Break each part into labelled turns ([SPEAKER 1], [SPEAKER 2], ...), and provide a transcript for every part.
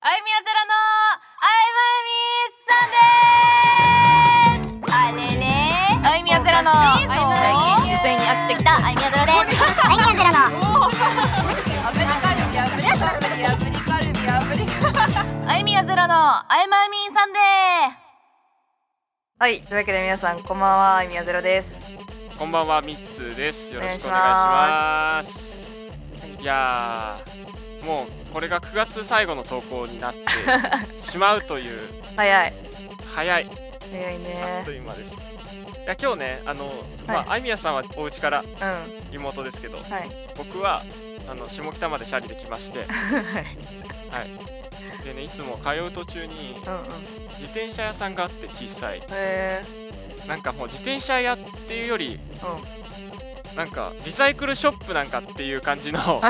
[SPEAKER 1] あゆみやゼロのあいまゆみさんですあれれあゆみやゼロの
[SPEAKER 2] おか
[SPEAKER 1] 最
[SPEAKER 2] しいぞ
[SPEAKER 1] 近受精に飽きてきたあゆみやゼロです
[SPEAKER 3] アイニャゼロの
[SPEAKER 1] アブリカルビアブリカルビアブリカルビアブリカルビあゆみやゼロのあいまゆみさんではいというわけで皆さんこんばんはあゆみやゼロです
[SPEAKER 2] こんばんは、みっつーです。よろしくお願いします。いやー、もうこれが9月最後の投稿になって しまうという
[SPEAKER 1] 早い
[SPEAKER 2] 早い
[SPEAKER 1] 早い
[SPEAKER 2] あ
[SPEAKER 1] ね
[SPEAKER 2] っという間です。いや今日ね、あのま
[SPEAKER 1] は
[SPEAKER 2] あ、あいみやさんはお家から
[SPEAKER 1] うんはい
[SPEAKER 2] 妹ですけど、
[SPEAKER 1] はい
[SPEAKER 2] 僕はあの下北までシャリで来まして、でねいつも通う途中に
[SPEAKER 1] うんうん
[SPEAKER 2] 自転車屋さんがあって小さい、
[SPEAKER 1] へえ
[SPEAKER 2] なんかもう自転車屋っていうより
[SPEAKER 1] う
[SPEAKER 2] なんかリサイクルショップなんかっていう感 じの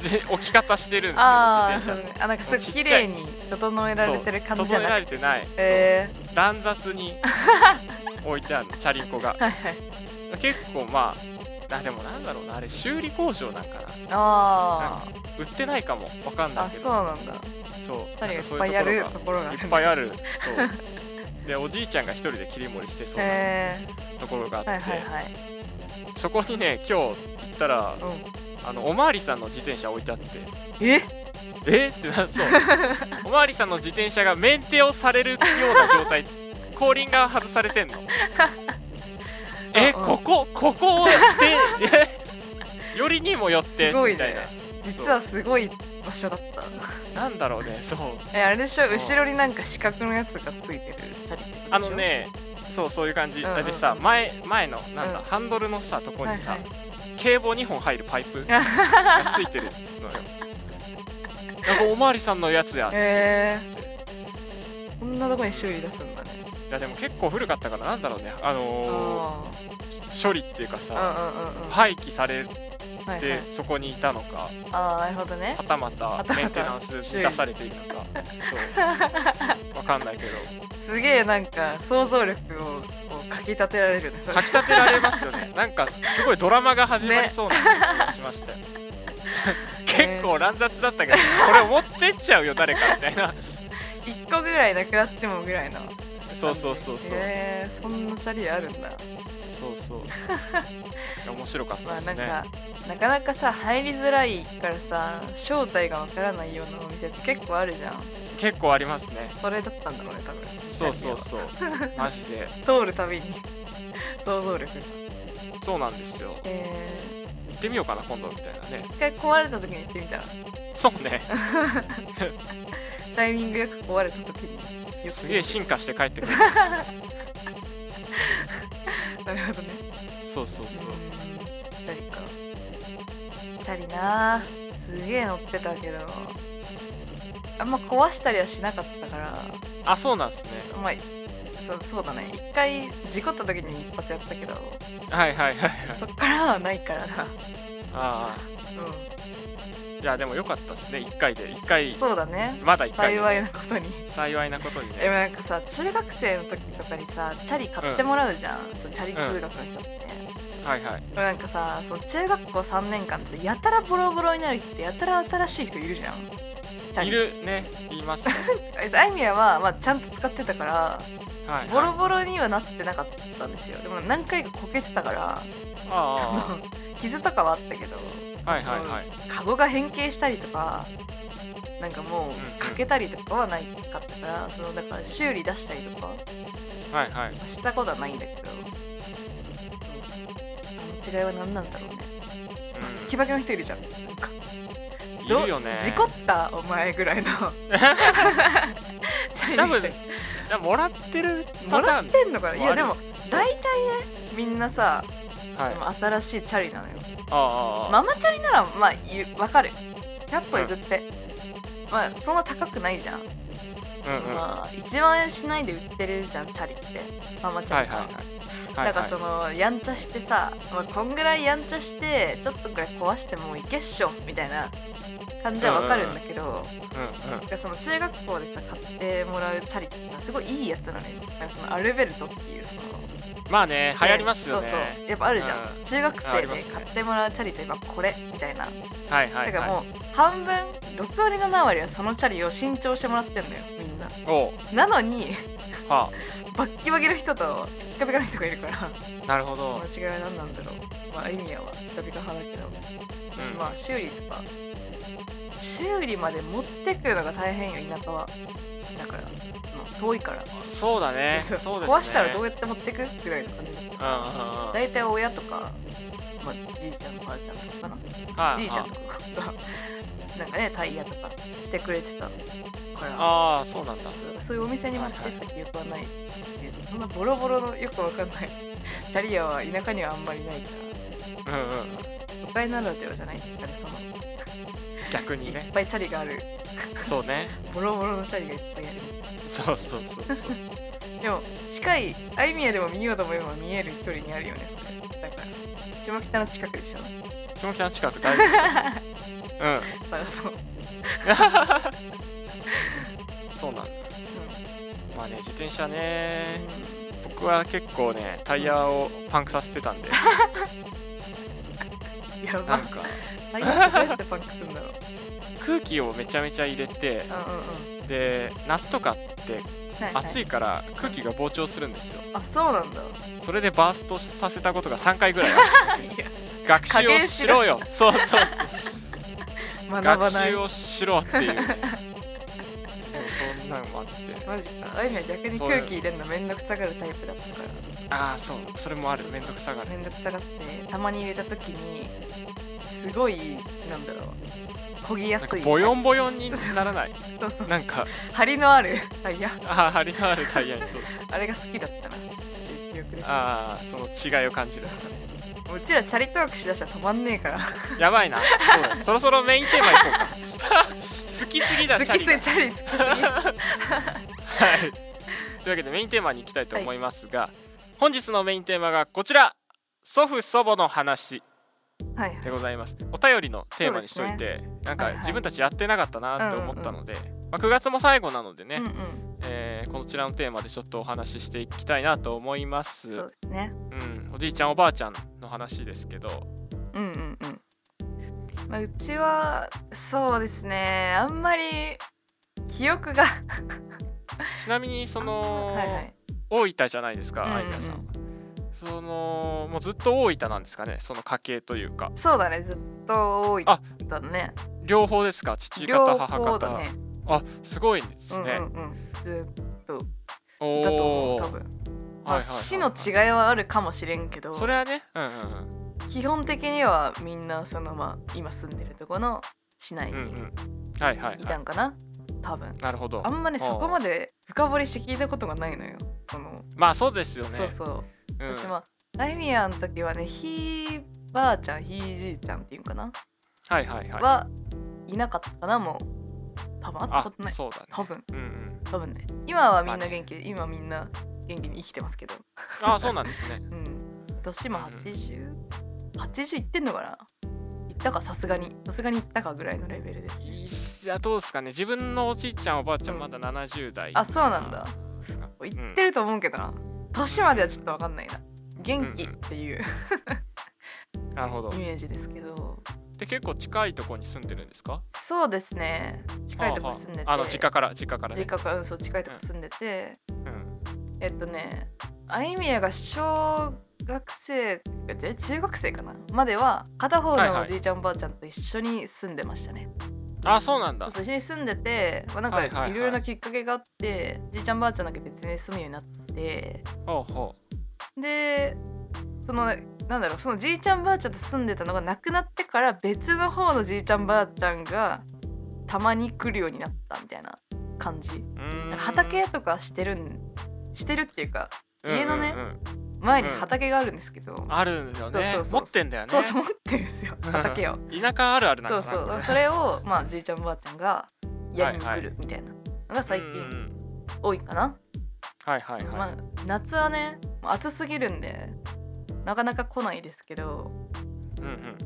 [SPEAKER 2] じ置き方してるん
[SPEAKER 1] ん
[SPEAKER 2] です
[SPEAKER 1] あ
[SPEAKER 2] け
[SPEAKER 1] ーそ
[SPEAKER 2] ど自
[SPEAKER 1] う
[SPEAKER 2] 転
[SPEAKER 1] ねあなんかすごい
[SPEAKER 2] ちっちゃ
[SPEAKER 1] 綺
[SPEAKER 2] い
[SPEAKER 1] 麗に整えら
[SPEAKER 2] 車
[SPEAKER 1] れてる感
[SPEAKER 2] そ
[SPEAKER 1] じ
[SPEAKER 2] う
[SPEAKER 1] じゃ
[SPEAKER 2] 整
[SPEAKER 1] な
[SPEAKER 2] えら
[SPEAKER 1] い
[SPEAKER 2] れてない、
[SPEAKER 1] へえ
[SPEAKER 2] そう乱雑に置いてあるのチャリン コが
[SPEAKER 1] はいはい
[SPEAKER 2] 結構まああでもなんだろうなあれ修理工場なんかな
[SPEAKER 1] あー
[SPEAKER 2] 売ってないかもわかんない
[SPEAKER 1] あ
[SPEAKER 2] け
[SPEAKER 1] そう
[SPEAKER 2] ど
[SPEAKER 1] なんだ
[SPEAKER 2] そう
[SPEAKER 1] 二人がいっ
[SPEAKER 2] なんかそう
[SPEAKER 1] ぱいや
[SPEAKER 2] いう
[SPEAKER 1] る
[SPEAKER 2] とことろ
[SPEAKER 1] ころが
[SPEAKER 2] が
[SPEAKER 1] あ
[SPEAKER 2] い
[SPEAKER 1] る
[SPEAKER 2] っぱいあるそう でおじいちゃんが一人で切り盛りしてそうな
[SPEAKER 1] へ
[SPEAKER 2] ところがあっ
[SPEAKER 1] え
[SPEAKER 2] て、
[SPEAKER 1] はいはいはい
[SPEAKER 2] そこにね今日行ったら
[SPEAKER 1] うん
[SPEAKER 2] あのおまわりさんの自転車置いてあって
[SPEAKER 1] え
[SPEAKER 2] えって なそうおまわりさんの自転車がメンテをされるような状態後輪が外さ れてんの
[SPEAKER 1] う
[SPEAKER 2] え
[SPEAKER 1] ん
[SPEAKER 2] ここここでえよりにもよって
[SPEAKER 1] すごい
[SPEAKER 2] みたい
[SPEAKER 1] ね
[SPEAKER 2] な
[SPEAKER 1] 実はすごい場所だった
[SPEAKER 2] なんだろうねそう
[SPEAKER 1] えあれでしょ
[SPEAKER 2] うん
[SPEAKER 1] 後ろになんか四角のやつがついてるチャリってことでしょ
[SPEAKER 2] あのねそうそういう感じ、
[SPEAKER 1] うんうん
[SPEAKER 2] でさ前前のなんだ、
[SPEAKER 1] うん
[SPEAKER 2] ハンドルのさとこ
[SPEAKER 1] は
[SPEAKER 2] に
[SPEAKER 1] い
[SPEAKER 2] さ、
[SPEAKER 1] はい
[SPEAKER 2] 警棒2本入るパイプがついてるのよ なんかおまわりさんのやつやって
[SPEAKER 1] へえこんなとこに修理出すんだね
[SPEAKER 2] いやでも結構古かったからなんだろうねあの
[SPEAKER 1] あ
[SPEAKER 2] ー処理っていうか
[SPEAKER 1] ー
[SPEAKER 2] さ、
[SPEAKER 1] うんうんうんうん
[SPEAKER 2] 廃棄され
[SPEAKER 1] はいは
[SPEAKER 2] て
[SPEAKER 1] い
[SPEAKER 2] そこにいたのか
[SPEAKER 1] あーなるほどね
[SPEAKER 2] はたまた
[SPEAKER 1] はたまた
[SPEAKER 2] メンテナンスに出されているのか そうわかんないけど
[SPEAKER 1] すげえなんか想像力をこうかきたてられるねそれ
[SPEAKER 2] かきたてられますよ ねなんかすごいドラマが始まりそうな気がしましたよ、結構乱雑だったけどこれ持ってっちゃうよ誰かみたいな
[SPEAKER 1] 一個ぐらいなくなってもぐらいな
[SPEAKER 2] そうそうそうそう、
[SPEAKER 1] へえそんなチャリあるんだ
[SPEAKER 2] そうそういや面白かった
[SPEAKER 1] ま
[SPEAKER 2] で
[SPEAKER 1] あ
[SPEAKER 2] す
[SPEAKER 1] な
[SPEAKER 2] ね、
[SPEAKER 1] んかなかなかさ入りづらいからさ正体がわからないようなお店って結構あるじゃん
[SPEAKER 2] 結構ありますね
[SPEAKER 1] それだったんだろうね多分
[SPEAKER 2] そうそうそうマジで
[SPEAKER 1] 通るたびに 想像力が
[SPEAKER 2] そうなんですよ
[SPEAKER 1] えー
[SPEAKER 2] 行ってみようかな今度みたいなね
[SPEAKER 1] 一回壊れた時に行ってみたら
[SPEAKER 2] そうね
[SPEAKER 1] タイミングよく壊れた時によく
[SPEAKER 2] すげえ進化して帰ってくる かもしれない
[SPEAKER 1] なるほどね
[SPEAKER 2] そうそうそう
[SPEAKER 1] チャリかチャリなあすげえ乗ってたけどあんま壊したりはしなかったから
[SPEAKER 2] あそうなんですね
[SPEAKER 1] まあそそうだね一回事故った時に一発やったけど
[SPEAKER 2] はいはいはい
[SPEAKER 1] そっからはないからな
[SPEAKER 2] あ
[SPEAKER 1] う
[SPEAKER 2] あいやでも良かったですね1回で1
[SPEAKER 1] ん
[SPEAKER 2] 回
[SPEAKER 1] そうだね
[SPEAKER 2] まだ1回
[SPEAKER 1] 幸い
[SPEAKER 2] 幸い
[SPEAKER 1] なことに
[SPEAKER 2] なことに
[SPEAKER 1] でも
[SPEAKER 2] ね
[SPEAKER 1] なんかさ中学生の時とかにさチャリ買ってもらうじゃん、そのチャリ通学の人って、
[SPEAKER 2] はいはい
[SPEAKER 1] でもなんかさその中学校3年間ってやたらボロボロになる人ってやたら新しい人いるじゃんチャリ
[SPEAKER 2] いるね言い ますね
[SPEAKER 1] あいみやは、まあ、ちゃんと使ってたから
[SPEAKER 2] はい、はい、
[SPEAKER 1] ボロボロにはなってなかったんですよでも何回かこけてたから そ
[SPEAKER 2] あ
[SPEAKER 1] の傷とかはあったけど
[SPEAKER 2] あはいはいはい
[SPEAKER 1] カゴが変形したりとかなんかも
[SPEAKER 2] うんうん
[SPEAKER 1] う欠けたりとかはないかったからそのだから修理出したりとか
[SPEAKER 2] はいはい
[SPEAKER 1] したことはないんだけどあの違いは何なんだろうねキバキの人いるじゃんなんか
[SPEAKER 2] うん、い
[SPEAKER 1] ど
[SPEAKER 2] るよね
[SPEAKER 1] 事故ったお前ぐらい のチャリ
[SPEAKER 2] 多分いやもらってる
[SPEAKER 1] も
[SPEAKER 2] パタ
[SPEAKER 1] ら
[SPEAKER 2] ー
[SPEAKER 1] っ
[SPEAKER 2] ン
[SPEAKER 1] てんのかないやでも
[SPEAKER 2] そう
[SPEAKER 1] 大体ねみんなさ、
[SPEAKER 2] はいあ
[SPEAKER 1] 新しいチャリなのよ
[SPEAKER 2] あああ
[SPEAKER 1] ママチャリならまあゆわかる100歩譲って、まあそんな高くないじゃん、
[SPEAKER 2] うんうんは
[SPEAKER 1] まあ1万円しないで売ってるじゃんチャリってママチ
[SPEAKER 2] い
[SPEAKER 1] ャ
[SPEAKER 2] はい
[SPEAKER 1] リが、
[SPEAKER 2] はいはい
[SPEAKER 1] だからそのやんちゃしてさ、まあ、こんぐらいやんちゃしてちょっとぐらい壊してもういけっしょみたいな感じはわかるんだけど、
[SPEAKER 2] うんうん
[SPEAKER 1] なんかその中学校でさ買ってもらうチャリってさすごいいいやつなのよなんかそのアルベルトっていうその
[SPEAKER 2] まあね流行りますよね
[SPEAKER 1] そうそうやっぱあるじゃん、
[SPEAKER 2] う
[SPEAKER 1] 中学
[SPEAKER 2] ああり
[SPEAKER 1] 生
[SPEAKER 2] ます
[SPEAKER 1] で
[SPEAKER 2] ね
[SPEAKER 1] 買ってもらうチャリといえばこれみたいな、
[SPEAKER 2] はいはい
[SPEAKER 1] だから
[SPEAKER 2] は
[SPEAKER 1] もう半分6割の7割はそのチャリを新調してもらってんのよみんない
[SPEAKER 2] おう
[SPEAKER 1] なのに
[SPEAKER 2] は
[SPEAKER 1] バッキバキの人とピッカピカの人がいるから
[SPEAKER 2] あなるほど
[SPEAKER 1] 間、違いは何なんだろうまあ意味はピカピカ派だけど私
[SPEAKER 2] うん
[SPEAKER 1] まあ修理とか修理まで持ってくるのが大変よ田舎はだから、まあ、遠いから
[SPEAKER 2] そうだね
[SPEAKER 1] そう
[SPEAKER 2] そうですね
[SPEAKER 1] 壊したらどうやって持ってくぐらいの感じだった
[SPEAKER 2] うんうんうん
[SPEAKER 1] 大体親とか、まあ、じいちゃんとばあちゃんとかか
[SPEAKER 2] は
[SPEAKER 1] なじいちゃんとかがなんかねタイヤとかしてくれてたから
[SPEAKER 2] ああそうなんだ
[SPEAKER 1] そういうお店に持ってった記憶はないしそんなボロボロのよくわかんないチャリアは田舎にはあんまりないか
[SPEAKER 2] うんうん
[SPEAKER 1] ら都会ならではじゃないからその
[SPEAKER 2] 逆
[SPEAKER 1] い
[SPEAKER 2] にね
[SPEAKER 1] っぱいチャリがある
[SPEAKER 2] そうね
[SPEAKER 1] ボロボロのチャリがいっぱいある
[SPEAKER 2] そうそうそうそう
[SPEAKER 1] でも近いアイミヤでも見ようと思えば見える距離にあるよねそれだから下北の近くでしょ
[SPEAKER 2] 下北の近く大丈夫ですようん
[SPEAKER 1] だからそう、
[SPEAKER 2] そうなん
[SPEAKER 1] う
[SPEAKER 2] だまあね自転車ね
[SPEAKER 1] ん
[SPEAKER 2] 僕は結構ねタイヤをパンクさせてたんで
[SPEAKER 1] うん、や
[SPEAKER 2] な
[SPEAKER 1] ば
[SPEAKER 2] んか
[SPEAKER 1] あいやどうやってパンクするん だろう。
[SPEAKER 2] 空気をめちゃめちゃ入れて
[SPEAKER 1] うんうんうん。
[SPEAKER 2] で夏とかって
[SPEAKER 1] はい、
[SPEAKER 2] 暑
[SPEAKER 1] い。
[SPEAKER 2] いから空気が膨張するんですよ
[SPEAKER 1] あ、そうなんだ。
[SPEAKER 2] それでバーストさせたことが3回ぐらいあるんです
[SPEAKER 1] い
[SPEAKER 2] よ
[SPEAKER 1] や、
[SPEAKER 2] 学習をしろよそうそうそう
[SPEAKER 1] 学ば
[SPEAKER 2] 学
[SPEAKER 1] ない
[SPEAKER 2] 習。をしろっていうねでもそんなのもあって
[SPEAKER 1] マジか。あいみは逆に
[SPEAKER 2] そう
[SPEAKER 1] 空気入れるのめんどくさがるタイプだったから。
[SPEAKER 2] ああそうそれもあるめんどくさがる
[SPEAKER 1] めんどくさがって、たまに入れたときに、すごい、なんだろう。漕ぎや
[SPEAKER 2] なん
[SPEAKER 1] す
[SPEAKER 2] か
[SPEAKER 1] い。
[SPEAKER 2] ボヨンボヨンにならない
[SPEAKER 1] そうそう。
[SPEAKER 2] なんか
[SPEAKER 1] 張りのある。 あ、いや、
[SPEAKER 2] ああ針のあるタイヤにそうそう
[SPEAKER 1] あれが好きだったな。っていう記憶です。
[SPEAKER 2] ああその違いを感じる
[SPEAKER 1] うちらチャリトークしだしたら止まんねえから。
[SPEAKER 2] やばいなそうだそろそろメインテーマいこうか 好きすぎだ
[SPEAKER 1] 好
[SPEAKER 2] チ
[SPEAKER 1] きす
[SPEAKER 2] ャリ
[SPEAKER 1] ぎ、
[SPEAKER 2] が
[SPEAKER 1] チャリ好き すぎ。
[SPEAKER 2] はい。というわけでメインテーマに行きたいと思いますが、本日のメインテーマがこちら祖父祖母の話
[SPEAKER 1] はい。
[SPEAKER 2] でございますお便りのテーマにしといて、なん
[SPEAKER 1] は
[SPEAKER 2] か
[SPEAKER 1] いはい
[SPEAKER 2] 自分たちやってなかったなって思ったので、まあ、9月も最後なのでね、
[SPEAKER 1] うんうん。
[SPEAKER 2] えーこちらのテーマでちょっとお話ししていきたいなと思います
[SPEAKER 1] そうですね。
[SPEAKER 2] うん、おじいちゃんおばあちゃんの話ですけど
[SPEAKER 1] うんうんうん。まあ、うちはそうですねあんまり記憶が
[SPEAKER 2] ちなみにそ の、
[SPEAKER 1] はいはい
[SPEAKER 2] 大分じゃないですか
[SPEAKER 1] うんうん
[SPEAKER 2] アイナさんは、そのもうずっと大分なんですかねその家系というか
[SPEAKER 1] そうだねずっと多い
[SPEAKER 2] あ
[SPEAKER 1] だね
[SPEAKER 2] 両方ですか父
[SPEAKER 1] 両
[SPEAKER 2] 方母
[SPEAKER 1] 方
[SPEAKER 2] 方
[SPEAKER 1] だね
[SPEAKER 2] あすごいですね、
[SPEAKER 1] うんうんうんずっ
[SPEAKER 2] お
[SPEAKER 1] と
[SPEAKER 2] お
[SPEAKER 1] だと思う多分まあ市の違いはあるかもしれんけど
[SPEAKER 2] それはねうんうんうん
[SPEAKER 1] 基本的にはみんなそのまあ今住んでるとこの市内
[SPEAKER 2] うん
[SPEAKER 1] に
[SPEAKER 2] うんはいはい
[SPEAKER 1] い
[SPEAKER 2] は
[SPEAKER 1] た
[SPEAKER 2] い
[SPEAKER 1] んかな多分
[SPEAKER 2] なるほど
[SPEAKER 1] あんまりそこまで深掘りして聞いたことがないのよその
[SPEAKER 2] まあそうですよね
[SPEAKER 1] そうそう
[SPEAKER 2] うん
[SPEAKER 1] 私はライミアの時はねひいばあちゃんひいじいちゃんっていうんかな、
[SPEAKER 2] はいはいはい
[SPEAKER 1] はいなかったかなもう多分会った
[SPEAKER 2] あ
[SPEAKER 1] ことない
[SPEAKER 2] そうだね
[SPEAKER 1] 多分
[SPEAKER 2] うんうん
[SPEAKER 1] 多分ね今はみん
[SPEAKER 2] まあ
[SPEAKER 1] な
[SPEAKER 2] ね
[SPEAKER 1] 元気で、今みんな元気に生きてますけど
[SPEAKER 2] あそうなんですね
[SPEAKER 1] うん年も
[SPEAKER 2] うんうん
[SPEAKER 1] 8080、80いってんのかな行ったかさすがにさすがに行ったかぐらいのレベルです
[SPEAKER 2] いやどうですかね自分のおじいちゃんおばあちゃん
[SPEAKER 1] うん
[SPEAKER 2] まだ70代、
[SPEAKER 1] あそうなんだ行ってると思うけどな、年まではちょっと分かんないな元気っていう、
[SPEAKER 2] なるほど
[SPEAKER 1] イメージですけど
[SPEAKER 2] で結構近いところに住んでるんですか
[SPEAKER 1] そうですね近いとこ住んでて
[SPEAKER 2] ああの実家から実家から、ね、
[SPEAKER 1] 実家からうんそう近いとこ住んでて、
[SPEAKER 2] うん
[SPEAKER 1] えっとねあいみやが小学生え中学生かなまでは片方
[SPEAKER 2] はいは
[SPEAKER 1] の
[SPEAKER 2] い
[SPEAKER 1] おじいちゃんおばあちゃんと一緒に住んでましたね、
[SPEAKER 2] あそうなんだ
[SPEAKER 1] そう一緒に住んでて、まあ、なん
[SPEAKER 2] はいはいは
[SPEAKER 1] か
[SPEAKER 2] い
[SPEAKER 1] いろいろなきっかけがあって、じいちゃんばあちゃんだけ別に住むようになって
[SPEAKER 2] ほうほ
[SPEAKER 1] でそのなんだろうそのじいちゃんばあちゃんと住んでたのがなくなってから別の方のじいちゃんばあちゃんがたまに来るようになったみたいな感じ
[SPEAKER 2] ううーん
[SPEAKER 1] 畑とかしてるんしてるっていうか
[SPEAKER 2] うんうんうん
[SPEAKER 1] 家のね前に畑があるんですけど、
[SPEAKER 2] あるんですよね
[SPEAKER 1] そうそうそう
[SPEAKER 2] 持ってんだよね
[SPEAKER 1] そうそう持ってるんですよ畑を
[SPEAKER 2] 田舎あるあ るなん
[SPEAKER 1] そ
[SPEAKER 2] か
[SPEAKER 1] うそ
[SPEAKER 2] なこ
[SPEAKER 1] う
[SPEAKER 2] れ
[SPEAKER 1] それをまあじいちゃんばあちゃんがやりに来るみたいなのが最
[SPEAKER 2] うんう
[SPEAKER 1] 近
[SPEAKER 2] ん
[SPEAKER 1] 多いかな、
[SPEAKER 2] はいはいはい、
[SPEAKER 1] まあ、夏はねまあ暑すぎるんでなかなか来ないですけど
[SPEAKER 2] うんうん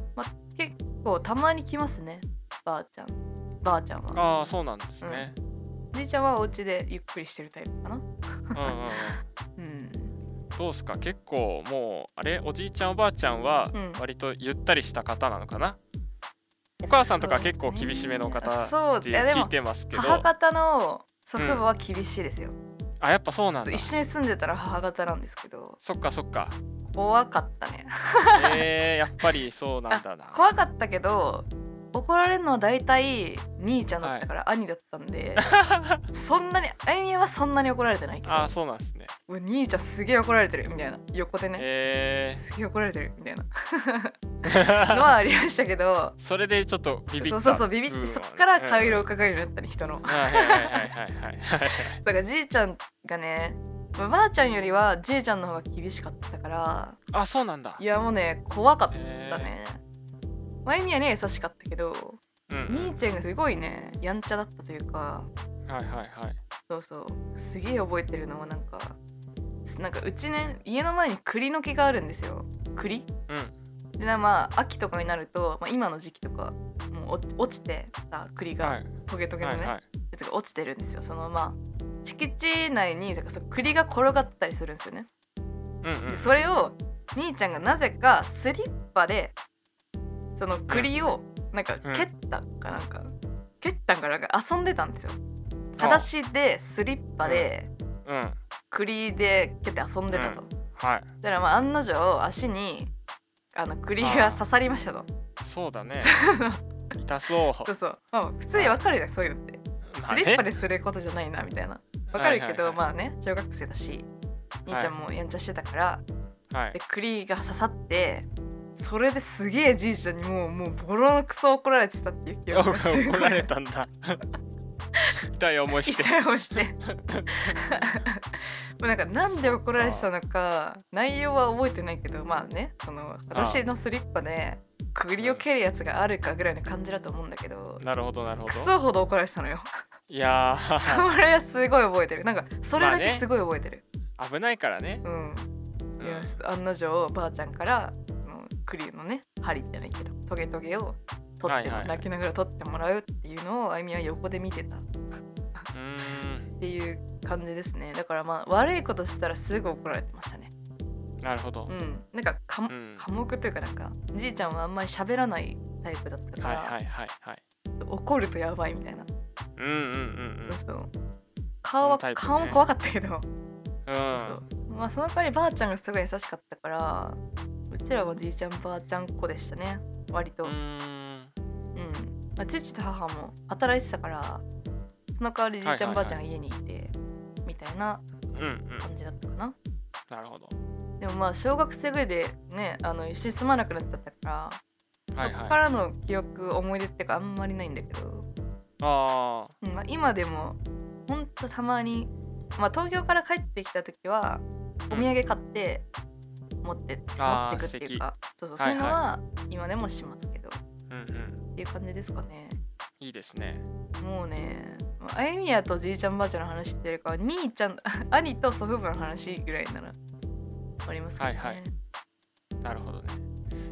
[SPEAKER 1] 結構たまに来ますねばあちゃんばあちゃんは
[SPEAKER 2] ああそうなんですね、
[SPEAKER 1] じいちゃんはお家でゆっくりしてるタイプかな
[SPEAKER 2] うん、うんうん
[SPEAKER 1] うん
[SPEAKER 2] どうすか結構もうあれおじいちゃんおばあちゃんは
[SPEAKER 1] うん
[SPEAKER 2] 割とゆったりした方なのかな、お母さんとか結
[SPEAKER 1] そう
[SPEAKER 2] 構
[SPEAKER 1] ですね
[SPEAKER 2] 厳しめの方
[SPEAKER 1] そう
[SPEAKER 2] って
[SPEAKER 1] いやでも
[SPEAKER 2] 聞いてますけど
[SPEAKER 1] 母方の祖父母は厳しいですよ、
[SPEAKER 2] あやっぱそうなんだ
[SPEAKER 1] 一緒に住んでたら母方なんですけど
[SPEAKER 2] そっかそ っか
[SPEAKER 1] 怖かったね
[SPEAKER 2] えー、やっぱりそうなんだな
[SPEAKER 1] 怖かったけど怒られるのは大体兄ちゃんだったから兄だったんで、そんなにあゆみはそんなに怒られてないけど
[SPEAKER 2] あーそうなんですね
[SPEAKER 1] うわ兄ちゃんすげえ怒られてるみたいな横でね、
[SPEAKER 2] え
[SPEAKER 1] すげえ怒られてるみたい なの
[SPEAKER 2] ー、
[SPEAKER 1] はありましたけど
[SPEAKER 2] それでちょっとビビった
[SPEAKER 1] そうそうそうビビっ
[SPEAKER 2] 部
[SPEAKER 1] て
[SPEAKER 2] 分は
[SPEAKER 1] そ
[SPEAKER 2] ね
[SPEAKER 1] っから顔色を
[SPEAKER 2] うん
[SPEAKER 1] 伺うようになったり人のだ
[SPEAKER 2] はいはいはいはいはいはい
[SPEAKER 1] からじいちゃんがねまあばあちゃんよりはじいちゃんの方が厳しかったから
[SPEAKER 2] あそうなんだ
[SPEAKER 1] いやもうね怖かった
[SPEAKER 2] え
[SPEAKER 1] ね、まゆみはね優しかったけど、
[SPEAKER 2] ーうんうん
[SPEAKER 1] 兄ちゃんがすごいねやんちゃだったというか
[SPEAKER 2] はいはいはい
[SPEAKER 1] そうそうすげえ覚えてるのはなんかなんかうちね家の前に栗の木があるんですよ栗
[SPEAKER 2] うん
[SPEAKER 1] でなまあ秋とかになると、まあ、今の時期とかもう落落ちてさ栗
[SPEAKER 2] は
[SPEAKER 1] が
[SPEAKER 2] い
[SPEAKER 1] トゲトゲ
[SPEAKER 2] は
[SPEAKER 1] の
[SPEAKER 2] い
[SPEAKER 1] ね
[SPEAKER 2] はい
[SPEAKER 1] やつが落ちてるんですよそのまあ敷地内にだからその栗が転がったりするんですよね
[SPEAKER 2] うんうん
[SPEAKER 1] でそれを兄ちゃんがなぜかスリッパでその栗をなんか
[SPEAKER 2] うん
[SPEAKER 1] 蹴ったかなんか、蹴ったんかなんか遊んでたんですよ裸足でスリッパで
[SPEAKER 2] うんはい
[SPEAKER 1] 栗で蹴って遊んでたと、
[SPEAKER 2] う
[SPEAKER 1] だからまあ案の定足にあの栗が刺さりましたと
[SPEAKER 2] そう だね痛そう
[SPEAKER 1] そうそうまあ普通にわかるじゃんそういうのって
[SPEAKER 2] ま
[SPEAKER 1] ス
[SPEAKER 2] あ
[SPEAKER 1] リ
[SPEAKER 2] ね
[SPEAKER 1] ッパですることじゃないなみたいなわかるけど、
[SPEAKER 2] はいはいはい
[SPEAKER 1] まあね小学生だし兄ちゃんもやんちゃしてたから、
[SPEAKER 2] はい
[SPEAKER 1] で栗が刺さってそれですげえじいちゃんにもうもうボロのクソ怒られてたっていう記憶がすごい
[SPEAKER 2] 怒られたんだ痛い思いし て
[SPEAKER 1] 痛いをして もうなんかなんで怒られてたのか内容は覚えてないけどまあねその私のスリッパで栗を蹴るやつがあるかぐらいの感じだと思うんだけど、
[SPEAKER 2] なるほどなるほ
[SPEAKER 1] ク
[SPEAKER 2] ど
[SPEAKER 1] ソほど怒られてたのよ
[SPEAKER 2] いや
[SPEAKER 1] そ
[SPEAKER 2] ー
[SPEAKER 1] れはすごい覚えてるなんかそれだ
[SPEAKER 2] まあ
[SPEAKER 1] け
[SPEAKER 2] ね
[SPEAKER 1] すごい覚えてる、
[SPEAKER 2] 危ないからね、
[SPEAKER 1] うん
[SPEAKER 2] うん
[SPEAKER 1] いやちょっと案の定ばあちゃんからその栗のね針じゃないけどトゲトゲを取っても、
[SPEAKER 2] はいはい
[SPEAKER 1] 泣きながら取ってもらうっていうのをあゆみは横で見てたっ
[SPEAKER 2] うーん
[SPEAKER 1] ていう感じですねだからまあ悪いことしたらすぐ怒られてましたね
[SPEAKER 2] なるほど
[SPEAKER 1] う、んなんかかも、
[SPEAKER 2] うん
[SPEAKER 1] 寡黙というかなんかじいちゃんはあんまり喋らないタイプだったか
[SPEAKER 2] はい
[SPEAKER 1] ら、
[SPEAKER 2] はいはいはい
[SPEAKER 1] 怒るとやばいみたいな、
[SPEAKER 2] うんうん
[SPEAKER 1] そう顔は、
[SPEAKER 2] そのタイプね
[SPEAKER 1] 顔も怖かったけど、
[SPEAKER 2] うんうん
[SPEAKER 1] そううんまあその代わりばあちゃんがすごい優しかったからうちらはじいちゃんばあちゃんっ子でしたね割と、
[SPEAKER 2] うーん
[SPEAKER 1] うんまあ、父と母も働いてたからその代わりじいちゃん、
[SPEAKER 2] はいはいはい
[SPEAKER 1] ばあちゃんが家にいてみたいな
[SPEAKER 2] うんうん
[SPEAKER 1] 感じだったかな
[SPEAKER 2] なるほど
[SPEAKER 1] でもまあ小学生ぐらいでねあの一緒に住まなくなっちゃったから、
[SPEAKER 2] はい
[SPEAKER 1] そ
[SPEAKER 2] は
[SPEAKER 1] こ
[SPEAKER 2] い
[SPEAKER 1] からの記憶思い出っていうかあんまりないんだけど、
[SPEAKER 2] あ
[SPEAKER 1] うんまあ、今でもほんとたまに、まあ、東京から帰ってきた時はお土産買って持って、
[SPEAKER 2] あー
[SPEAKER 1] 持ってくっていうかそうそうそういうのは今でもしますけど、
[SPEAKER 2] ーうんうん
[SPEAKER 1] っていう感じですかね。
[SPEAKER 2] いいですね
[SPEAKER 1] もうねあやみやとじいちゃんばあちゃんの話っていうよりかは兄ちゃん 兄と祖父母の話ぐらいならありますけどね、
[SPEAKER 2] はいはいなるほどね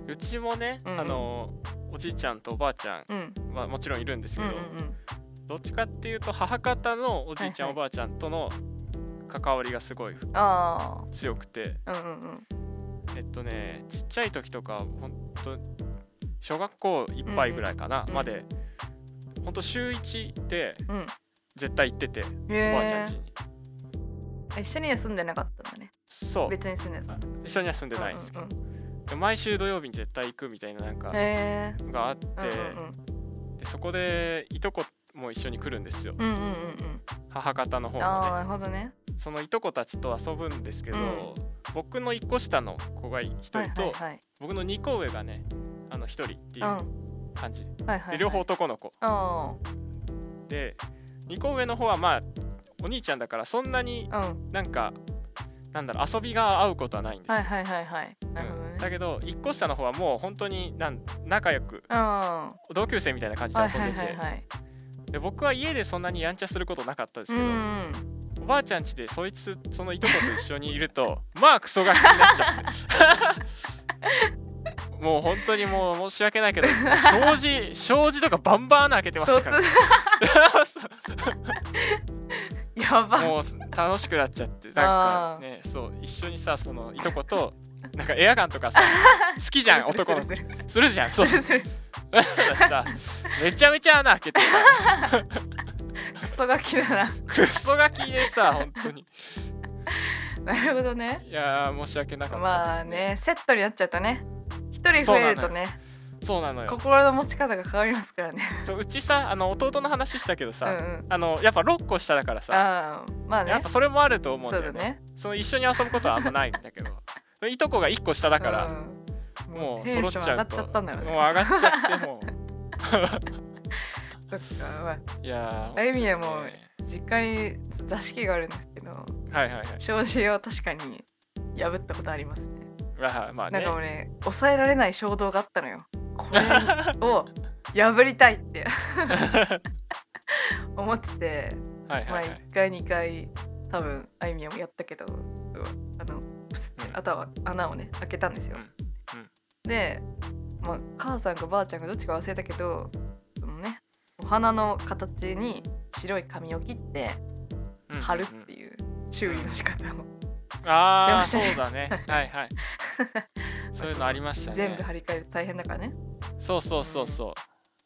[SPEAKER 2] うちもね、
[SPEAKER 1] うんうん
[SPEAKER 2] あのおじいちゃんとおばあちゃん
[SPEAKER 1] うん
[SPEAKER 2] はもちろんいるんです
[SPEAKER 1] う
[SPEAKER 2] け
[SPEAKER 1] ん
[SPEAKER 2] ど、
[SPEAKER 1] うん
[SPEAKER 2] どっちかっていうと母方のおじいちゃん、
[SPEAKER 1] はい
[SPEAKER 2] おばあちゃんとの関わりがすごい
[SPEAKER 1] うんあ
[SPEAKER 2] 強くて
[SPEAKER 1] あうんうんうん
[SPEAKER 2] えっとねちっちゃい時とかほんと小学校いっぱいぐらいかな、
[SPEAKER 1] うん
[SPEAKER 2] までほんと週1で
[SPEAKER 1] うん
[SPEAKER 2] 絶対行ってて、おばあちゃ
[SPEAKER 1] へ
[SPEAKER 2] ん家に
[SPEAKER 1] え一緒には住んでなかったんだね
[SPEAKER 2] そう
[SPEAKER 1] 別に住んでたんだ
[SPEAKER 2] 一緒には住んでないんですけど、
[SPEAKER 1] うんうん
[SPEAKER 2] で毎週土曜日に絶対行くみたいななんか
[SPEAKER 1] うんへえ
[SPEAKER 2] のがあって、
[SPEAKER 1] うんうん
[SPEAKER 2] でそこでいとこも一緒に来るんですよ
[SPEAKER 1] うんうんうんうん
[SPEAKER 2] 母方の方
[SPEAKER 1] うんああな
[SPEAKER 2] もね
[SPEAKER 1] るほどね
[SPEAKER 2] そのいとこたちと遊ぶんですけど、
[SPEAKER 1] うん
[SPEAKER 2] 僕の1個下の子が1人と、
[SPEAKER 1] はいはいはい
[SPEAKER 2] 僕の2個上がねあの1人っていう
[SPEAKER 1] うん
[SPEAKER 2] 感じ、
[SPEAKER 1] はいはいはい
[SPEAKER 2] で両方男の子
[SPEAKER 1] あ
[SPEAKER 2] で2個上の方はまあお兄ちゃんだからそんなに
[SPEAKER 1] あうん
[SPEAKER 2] なんかなんだろう遊びが合うことはないんですよ、
[SPEAKER 1] はいはいはいはいなるほど
[SPEAKER 2] うんだ
[SPEAKER 1] ね
[SPEAKER 2] けど1個下の方はもう本当になん仲良く
[SPEAKER 1] うんは
[SPEAKER 2] 同級生みたいな感じ
[SPEAKER 1] い
[SPEAKER 2] で
[SPEAKER 1] は
[SPEAKER 2] 遊
[SPEAKER 1] いは
[SPEAKER 2] んで
[SPEAKER 1] い
[SPEAKER 2] て
[SPEAKER 1] はい
[SPEAKER 2] で僕は家でそんなにやんちゃすることなかったです
[SPEAKER 1] う
[SPEAKER 2] けど、
[SPEAKER 1] ん
[SPEAKER 2] おばあちゃん家でそいつそ のいとこと一緒にいるとまあクソガキになっちゃってもう本 当にもう申し訳ないけど障子障子とかバンバン穴開けてましたから
[SPEAKER 1] やば
[SPEAKER 2] もう楽しくなっちゃってなんかねそう一緒にさそのい とことなんかエアガンとかさ好きじゃん男の
[SPEAKER 1] する
[SPEAKER 2] するじゃ んそう
[SPEAKER 1] するする
[SPEAKER 2] だからさめちゃめちゃ穴開けてさ
[SPEAKER 1] クソガキだな
[SPEAKER 2] クソガキでさ本当に
[SPEAKER 1] なるほどね
[SPEAKER 2] いやー申し訳なかった
[SPEAKER 1] ま
[SPEAKER 2] です
[SPEAKER 1] あねセットになっちゃったね一人増えるとね
[SPEAKER 2] そうなのよ
[SPEAKER 1] 心の持ち方が変わりますからね
[SPEAKER 2] そううちさあの弟の話したけど
[SPEAKER 1] うんう
[SPEAKER 2] さ、
[SPEAKER 1] ん
[SPEAKER 2] あのやっぱ6個下だからさ
[SPEAKER 1] あーまあ
[SPEAKER 2] やっ
[SPEAKER 1] ね
[SPEAKER 2] ぱそれもあると思うん
[SPEAKER 1] そ
[SPEAKER 2] だ
[SPEAKER 1] う
[SPEAKER 2] よ
[SPEAKER 1] だ
[SPEAKER 2] ね
[SPEAKER 1] ね
[SPEAKER 2] その一緒に遊ぶことはあんまないんだけ どいとこが1個下だから、
[SPEAKER 1] うん
[SPEAKER 2] もう
[SPEAKER 1] テン
[SPEAKER 2] 揃っ
[SPEAKER 1] ショ
[SPEAKER 2] ち
[SPEAKER 1] ン
[SPEAKER 2] ゃう
[SPEAKER 1] 上が
[SPEAKER 2] と
[SPEAKER 1] っちゃったんだよ
[SPEAKER 2] もう
[SPEAKER 1] ね
[SPEAKER 2] 上がっちゃっても
[SPEAKER 1] そっかまあ
[SPEAKER 2] ういやー
[SPEAKER 1] あゆみはもう
[SPEAKER 2] 本
[SPEAKER 1] 実家に座敷があるんですけど
[SPEAKER 2] 当にはいはいはい
[SPEAKER 1] 障子を確かに破ったことありますね
[SPEAKER 2] まあまあ
[SPEAKER 1] なん
[SPEAKER 2] ね
[SPEAKER 1] かもうね抑えられない衝動があったのよこ れを破りたいって思ってて、
[SPEAKER 2] はい
[SPEAKER 1] ま
[SPEAKER 2] は
[SPEAKER 1] あ、
[SPEAKER 2] いはい
[SPEAKER 1] 1回2回多分あいみょんもやったけどあのプスって
[SPEAKER 2] うん
[SPEAKER 1] あとは穴をね開けたんですよ、
[SPEAKER 2] うんうん
[SPEAKER 1] で、まあ、母さんかばあちゃんかどっちか忘れたけどそのねお花の形に白い紙を切って
[SPEAKER 2] うんうん
[SPEAKER 1] 貼るっていう修理の仕方を
[SPEAKER 2] ああ
[SPEAKER 1] して
[SPEAKER 2] そ
[SPEAKER 1] ま
[SPEAKER 2] う
[SPEAKER 1] した
[SPEAKER 2] だねは いはいそういうのありましたね
[SPEAKER 1] 全部張り替えると大変だからね
[SPEAKER 2] そうそうそうそ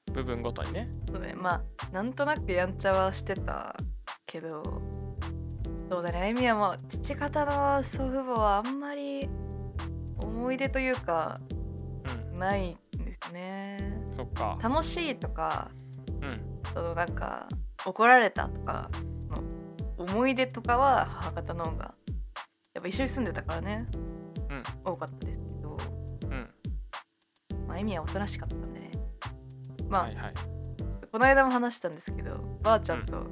[SPEAKER 2] う部分ごとにね
[SPEAKER 1] そうねまあなんとなくやんちゃはしてたけどそうだねあゆみはもう父方の祖父母はあんまり思い出というか
[SPEAKER 2] う
[SPEAKER 1] ないんですね
[SPEAKER 2] んそっか
[SPEAKER 1] 楽しいとか
[SPEAKER 2] うん
[SPEAKER 1] そのなんか怒られたとかの思い出とかは母方の方がやっぱ一緒に住んでたからね、多かったですけど
[SPEAKER 2] うん
[SPEAKER 1] まああゆみはおとなしかったんでねまあ、
[SPEAKER 2] はいはい
[SPEAKER 1] この間も話したんですけどばあちゃんと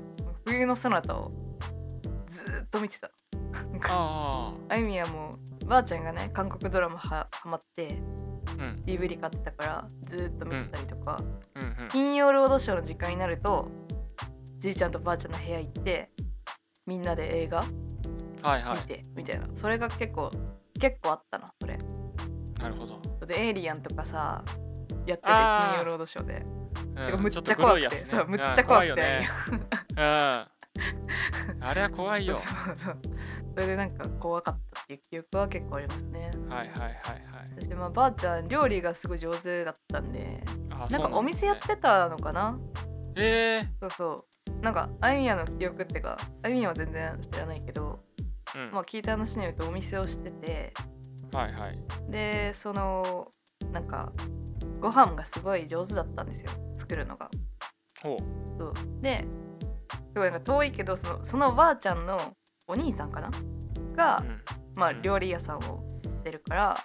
[SPEAKER 1] 冬のそなたをずーっと見てたなんか
[SPEAKER 2] あ
[SPEAKER 1] あゆみはもうばあちゃんがね韓国ドラマはハマって
[SPEAKER 2] あうん
[SPEAKER 1] DVD 買ってたからずーっと見てたりとか、
[SPEAKER 2] うんうん
[SPEAKER 1] 金曜ロードショーの時間になるとじいちゃんとばあちゃんの部屋行ってみんなで映画
[SPEAKER 2] はいは
[SPEAKER 1] 見て、みたいなそれが結構結構あったなそれ
[SPEAKER 2] いなるほど
[SPEAKER 1] でエイリアンとかさやってて
[SPEAKER 2] あー
[SPEAKER 1] 金曜ロードショーでてか
[SPEAKER 2] うん
[SPEAKER 1] むっち
[SPEAKER 2] ょと
[SPEAKER 1] ゃ怖
[SPEAKER 2] 黒い
[SPEAKER 1] く
[SPEAKER 2] や
[SPEAKER 1] て
[SPEAKER 2] つね
[SPEAKER 1] そうむっち
[SPEAKER 2] う
[SPEAKER 1] ゃ
[SPEAKER 2] ん
[SPEAKER 1] 怖
[SPEAKER 2] い
[SPEAKER 1] く
[SPEAKER 2] よ
[SPEAKER 1] て
[SPEAKER 2] ねうんあれは 怖いよ
[SPEAKER 1] そうそうそれでなんか怖かったっていう記憶は結構ありますね
[SPEAKER 2] はいはいはいはい
[SPEAKER 1] 私まあばあちゃん料理がすごい上手だったんで
[SPEAKER 2] あ
[SPEAKER 1] なん
[SPEAKER 2] そう
[SPEAKER 1] かお
[SPEAKER 2] です
[SPEAKER 1] 店
[SPEAKER 2] ね
[SPEAKER 1] やってたのかな
[SPEAKER 2] え
[SPEAKER 1] そうそうなんかあゆみやの記憶ってかあゆみやは全然知らないけど、
[SPEAKER 2] えうん
[SPEAKER 1] まあ、聞いた話によるとお店をしてて
[SPEAKER 2] はいはい
[SPEAKER 1] でそのなんかご飯がすごい上手だったんですよ作るのが
[SPEAKER 2] ほ
[SPEAKER 1] そうですごいなんか遠いけどそのそのばあちゃんのお兄さんかなが、
[SPEAKER 2] う、うん
[SPEAKER 1] まあ、料理屋さんをしてるから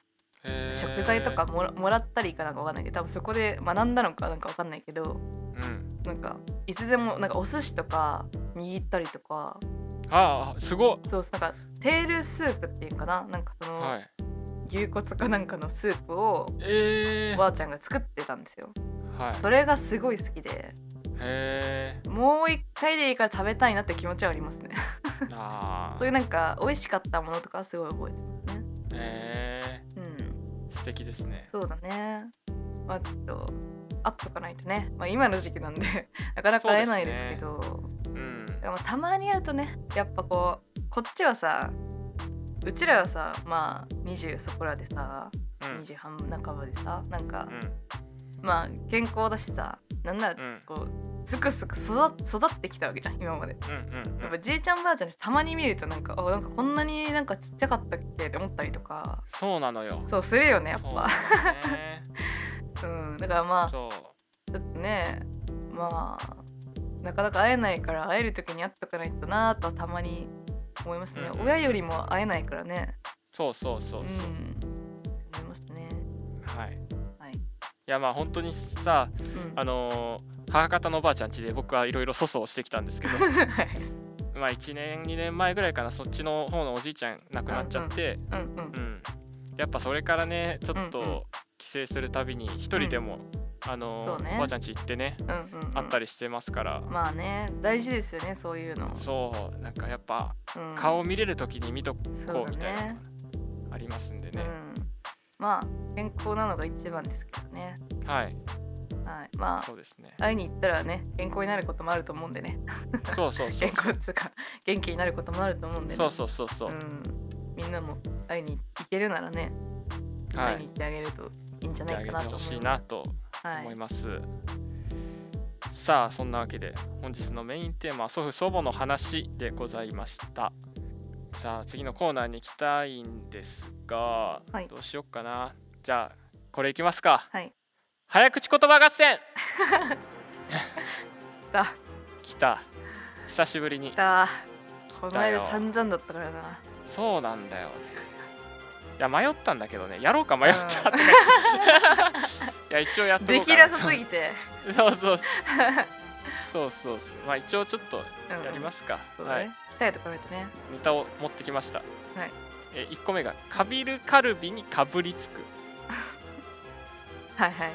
[SPEAKER 2] へえ
[SPEAKER 1] 食材とかもらもらったりかなんかわかんないけど多分そこで学んだのかなんかわかんないけど
[SPEAKER 2] うん
[SPEAKER 1] なんかいつでもなんかお寿司とか握ったりとか
[SPEAKER 2] ああすごっ
[SPEAKER 1] そうなんかテールスープっていうかななんかそ
[SPEAKER 2] は
[SPEAKER 1] の
[SPEAKER 2] い
[SPEAKER 1] 牛骨かなんかのスープを
[SPEAKER 2] ええ
[SPEAKER 1] おばあちゃんが作ってたんですよ
[SPEAKER 2] はい
[SPEAKER 1] それがすごい好きで
[SPEAKER 2] へえ
[SPEAKER 1] もう一回でいいから食べたいなって気持ちはありますね
[SPEAKER 2] あ
[SPEAKER 1] そう
[SPEAKER 2] あ
[SPEAKER 1] いうなんか美味しかったものとかはすごい覚えてますね
[SPEAKER 2] え
[SPEAKER 1] うん
[SPEAKER 2] え素敵ですね
[SPEAKER 1] そうだねまあちょっと会っとかないとねまあ今の時期なんでなかなか会えないですけど
[SPEAKER 2] うん
[SPEAKER 1] でもたまに会うとねやっぱこうこっちはさうちらはさまあ20そこらでさ、
[SPEAKER 2] うん
[SPEAKER 1] 20半半ばでさなんか、
[SPEAKER 2] うん
[SPEAKER 1] まあ健康だしさなんなら
[SPEAKER 2] うん
[SPEAKER 1] こうすくすく育育ってきたわけじゃん今まで
[SPEAKER 2] うんうん
[SPEAKER 1] やっ
[SPEAKER 2] う
[SPEAKER 1] ぱ
[SPEAKER 2] ん
[SPEAKER 1] じいちゃんばあちゃんってたまに見るとなんかあなんかこんなになんかちっちゃかったっけって思ったりとか
[SPEAKER 2] そうなのよ
[SPEAKER 1] そうするよねやっ
[SPEAKER 2] そう
[SPEAKER 1] ぱ
[SPEAKER 2] なのね
[SPEAKER 1] うんだから まあ
[SPEAKER 2] そう
[SPEAKER 1] ちょっとねまあなかなか会えないから会える時に会っとかないとなとはたまに思いますね、
[SPEAKER 2] うん
[SPEAKER 1] 親よりも会えないからね
[SPEAKER 2] そうそうそううんそう
[SPEAKER 1] 思いますね
[SPEAKER 2] はい
[SPEAKER 1] はい
[SPEAKER 2] いやまあ本当にさ
[SPEAKER 1] うん
[SPEAKER 2] あのー母方のおばあちゃん家で僕はいろいろ粗相をしてきたん ですけど
[SPEAKER 1] はい
[SPEAKER 2] まあ1年2年前ぐらいかなそっちの方のおじいちゃん亡くなっちゃって
[SPEAKER 1] うんうん
[SPEAKER 2] うんやっぱそれからねちょっ
[SPEAKER 1] うんうん
[SPEAKER 2] と帰省するたびに一人でも、あのー
[SPEAKER 1] そうね
[SPEAKER 2] おばあちゃん家行ってね
[SPEAKER 1] うんうんうん
[SPEAKER 2] 会ったりしてますから、
[SPEAKER 1] まあね大事ですよねそういうの、
[SPEAKER 2] そうなんかやっぱ
[SPEAKER 1] うん、
[SPEAKER 2] 顔見れる時に見とこ
[SPEAKER 1] そう
[SPEAKER 2] うみ
[SPEAKER 1] だ
[SPEAKER 2] たいなの
[SPEAKER 1] ね
[SPEAKER 2] がありますんでね、
[SPEAKER 1] うんまあ健康なのが一番ですけどね
[SPEAKER 2] はい
[SPEAKER 1] はいまあ
[SPEAKER 2] そうですね
[SPEAKER 1] 会いに行ったらね健康になることもあると思うんでね
[SPEAKER 2] そうそう そ
[SPEAKER 1] 健
[SPEAKER 2] う
[SPEAKER 1] 康っつうか元気になることもあると思うんでね
[SPEAKER 2] そうそうそうそう、
[SPEAKER 1] ん、みんなも会いに行けるならね、
[SPEAKER 2] は
[SPEAKER 1] 会いに
[SPEAKER 2] い
[SPEAKER 1] 行ってあげるといいんじゃな
[SPEAKER 2] やってあ
[SPEAKER 1] い
[SPEAKER 2] げ
[SPEAKER 1] か
[SPEAKER 2] て
[SPEAKER 1] なと
[SPEAKER 2] ほ
[SPEAKER 1] 思
[SPEAKER 2] しい
[SPEAKER 1] い
[SPEAKER 2] な
[SPEAKER 1] ます
[SPEAKER 2] と
[SPEAKER 1] は
[SPEAKER 2] 思い
[SPEAKER 1] い、
[SPEAKER 2] ます、さあそんなわけで本日のメインテーマは祖父祖母の話でございましたさあ次のコーナーに行きたいんですが、
[SPEAKER 1] はい
[SPEAKER 2] どうしよっかなじゃあこれいきますか
[SPEAKER 1] はい、
[SPEAKER 2] 早口言葉合戦
[SPEAKER 1] だ
[SPEAKER 2] 来た久しぶりに
[SPEAKER 1] だこ
[SPEAKER 2] 来
[SPEAKER 1] の
[SPEAKER 2] たよ
[SPEAKER 1] 間散々だったからな
[SPEAKER 2] そうなんだよねいや迷ったんだけどねやろうか 迷ったとか言っていや一応やっと
[SPEAKER 1] で
[SPEAKER 2] こう
[SPEAKER 1] き
[SPEAKER 2] か
[SPEAKER 1] な
[SPEAKER 2] な
[SPEAKER 1] さすぎ て
[SPEAKER 2] そうそうそうそうそうそうまあ一応ちょっと
[SPEAKER 1] うん
[SPEAKER 2] やりますか、
[SPEAKER 1] そうだ
[SPEAKER 2] は
[SPEAKER 1] ね、
[SPEAKER 2] い
[SPEAKER 1] 鍛えとかないとね
[SPEAKER 2] ネタを持ってきました、
[SPEAKER 1] はい
[SPEAKER 2] え1個目が「カビルカルビにかぶりつく
[SPEAKER 1] はいは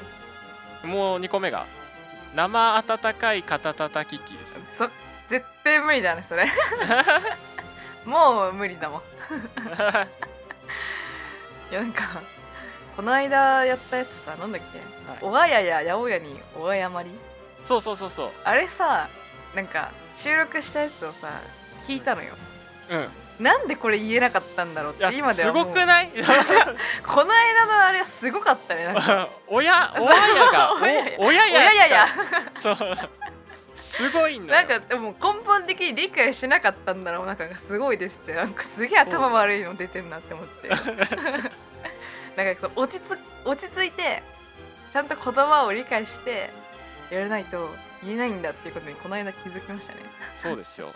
[SPEAKER 1] い」
[SPEAKER 2] もう2個目が「生温かい肩たたき機」 ですね
[SPEAKER 1] そ絶対無理だねそれ もう無理だもん
[SPEAKER 2] はい
[SPEAKER 1] やなんかこの間やったやつさなんだっけ
[SPEAKER 2] い
[SPEAKER 1] おがやや八百屋にお誤り
[SPEAKER 2] そうそうそうそう
[SPEAKER 1] あれさなんか収録したやつをさ聞いたのよ
[SPEAKER 2] うん
[SPEAKER 1] なんでこれ言えなかったんだろうっ
[SPEAKER 2] いや
[SPEAKER 1] て今では
[SPEAKER 2] す
[SPEAKER 1] もう
[SPEAKER 2] ごくない
[SPEAKER 1] この間のあれはすごかったねなんか
[SPEAKER 2] 親 親やがお親
[SPEAKER 1] いや
[SPEAKER 2] や
[SPEAKER 1] いやいや
[SPEAKER 2] そうすごいん だ
[SPEAKER 1] なん
[SPEAKER 2] よ
[SPEAKER 1] かでも根本的に理解してなかったんだろうなんかすごいですってなんかすげえ頭悪いの出てんなって思って なんかそう落ちつ落ち着いてちゃんと言葉を理解してやらないと言えないんだっていうことにこの間気づきましたね、
[SPEAKER 2] そうで すよ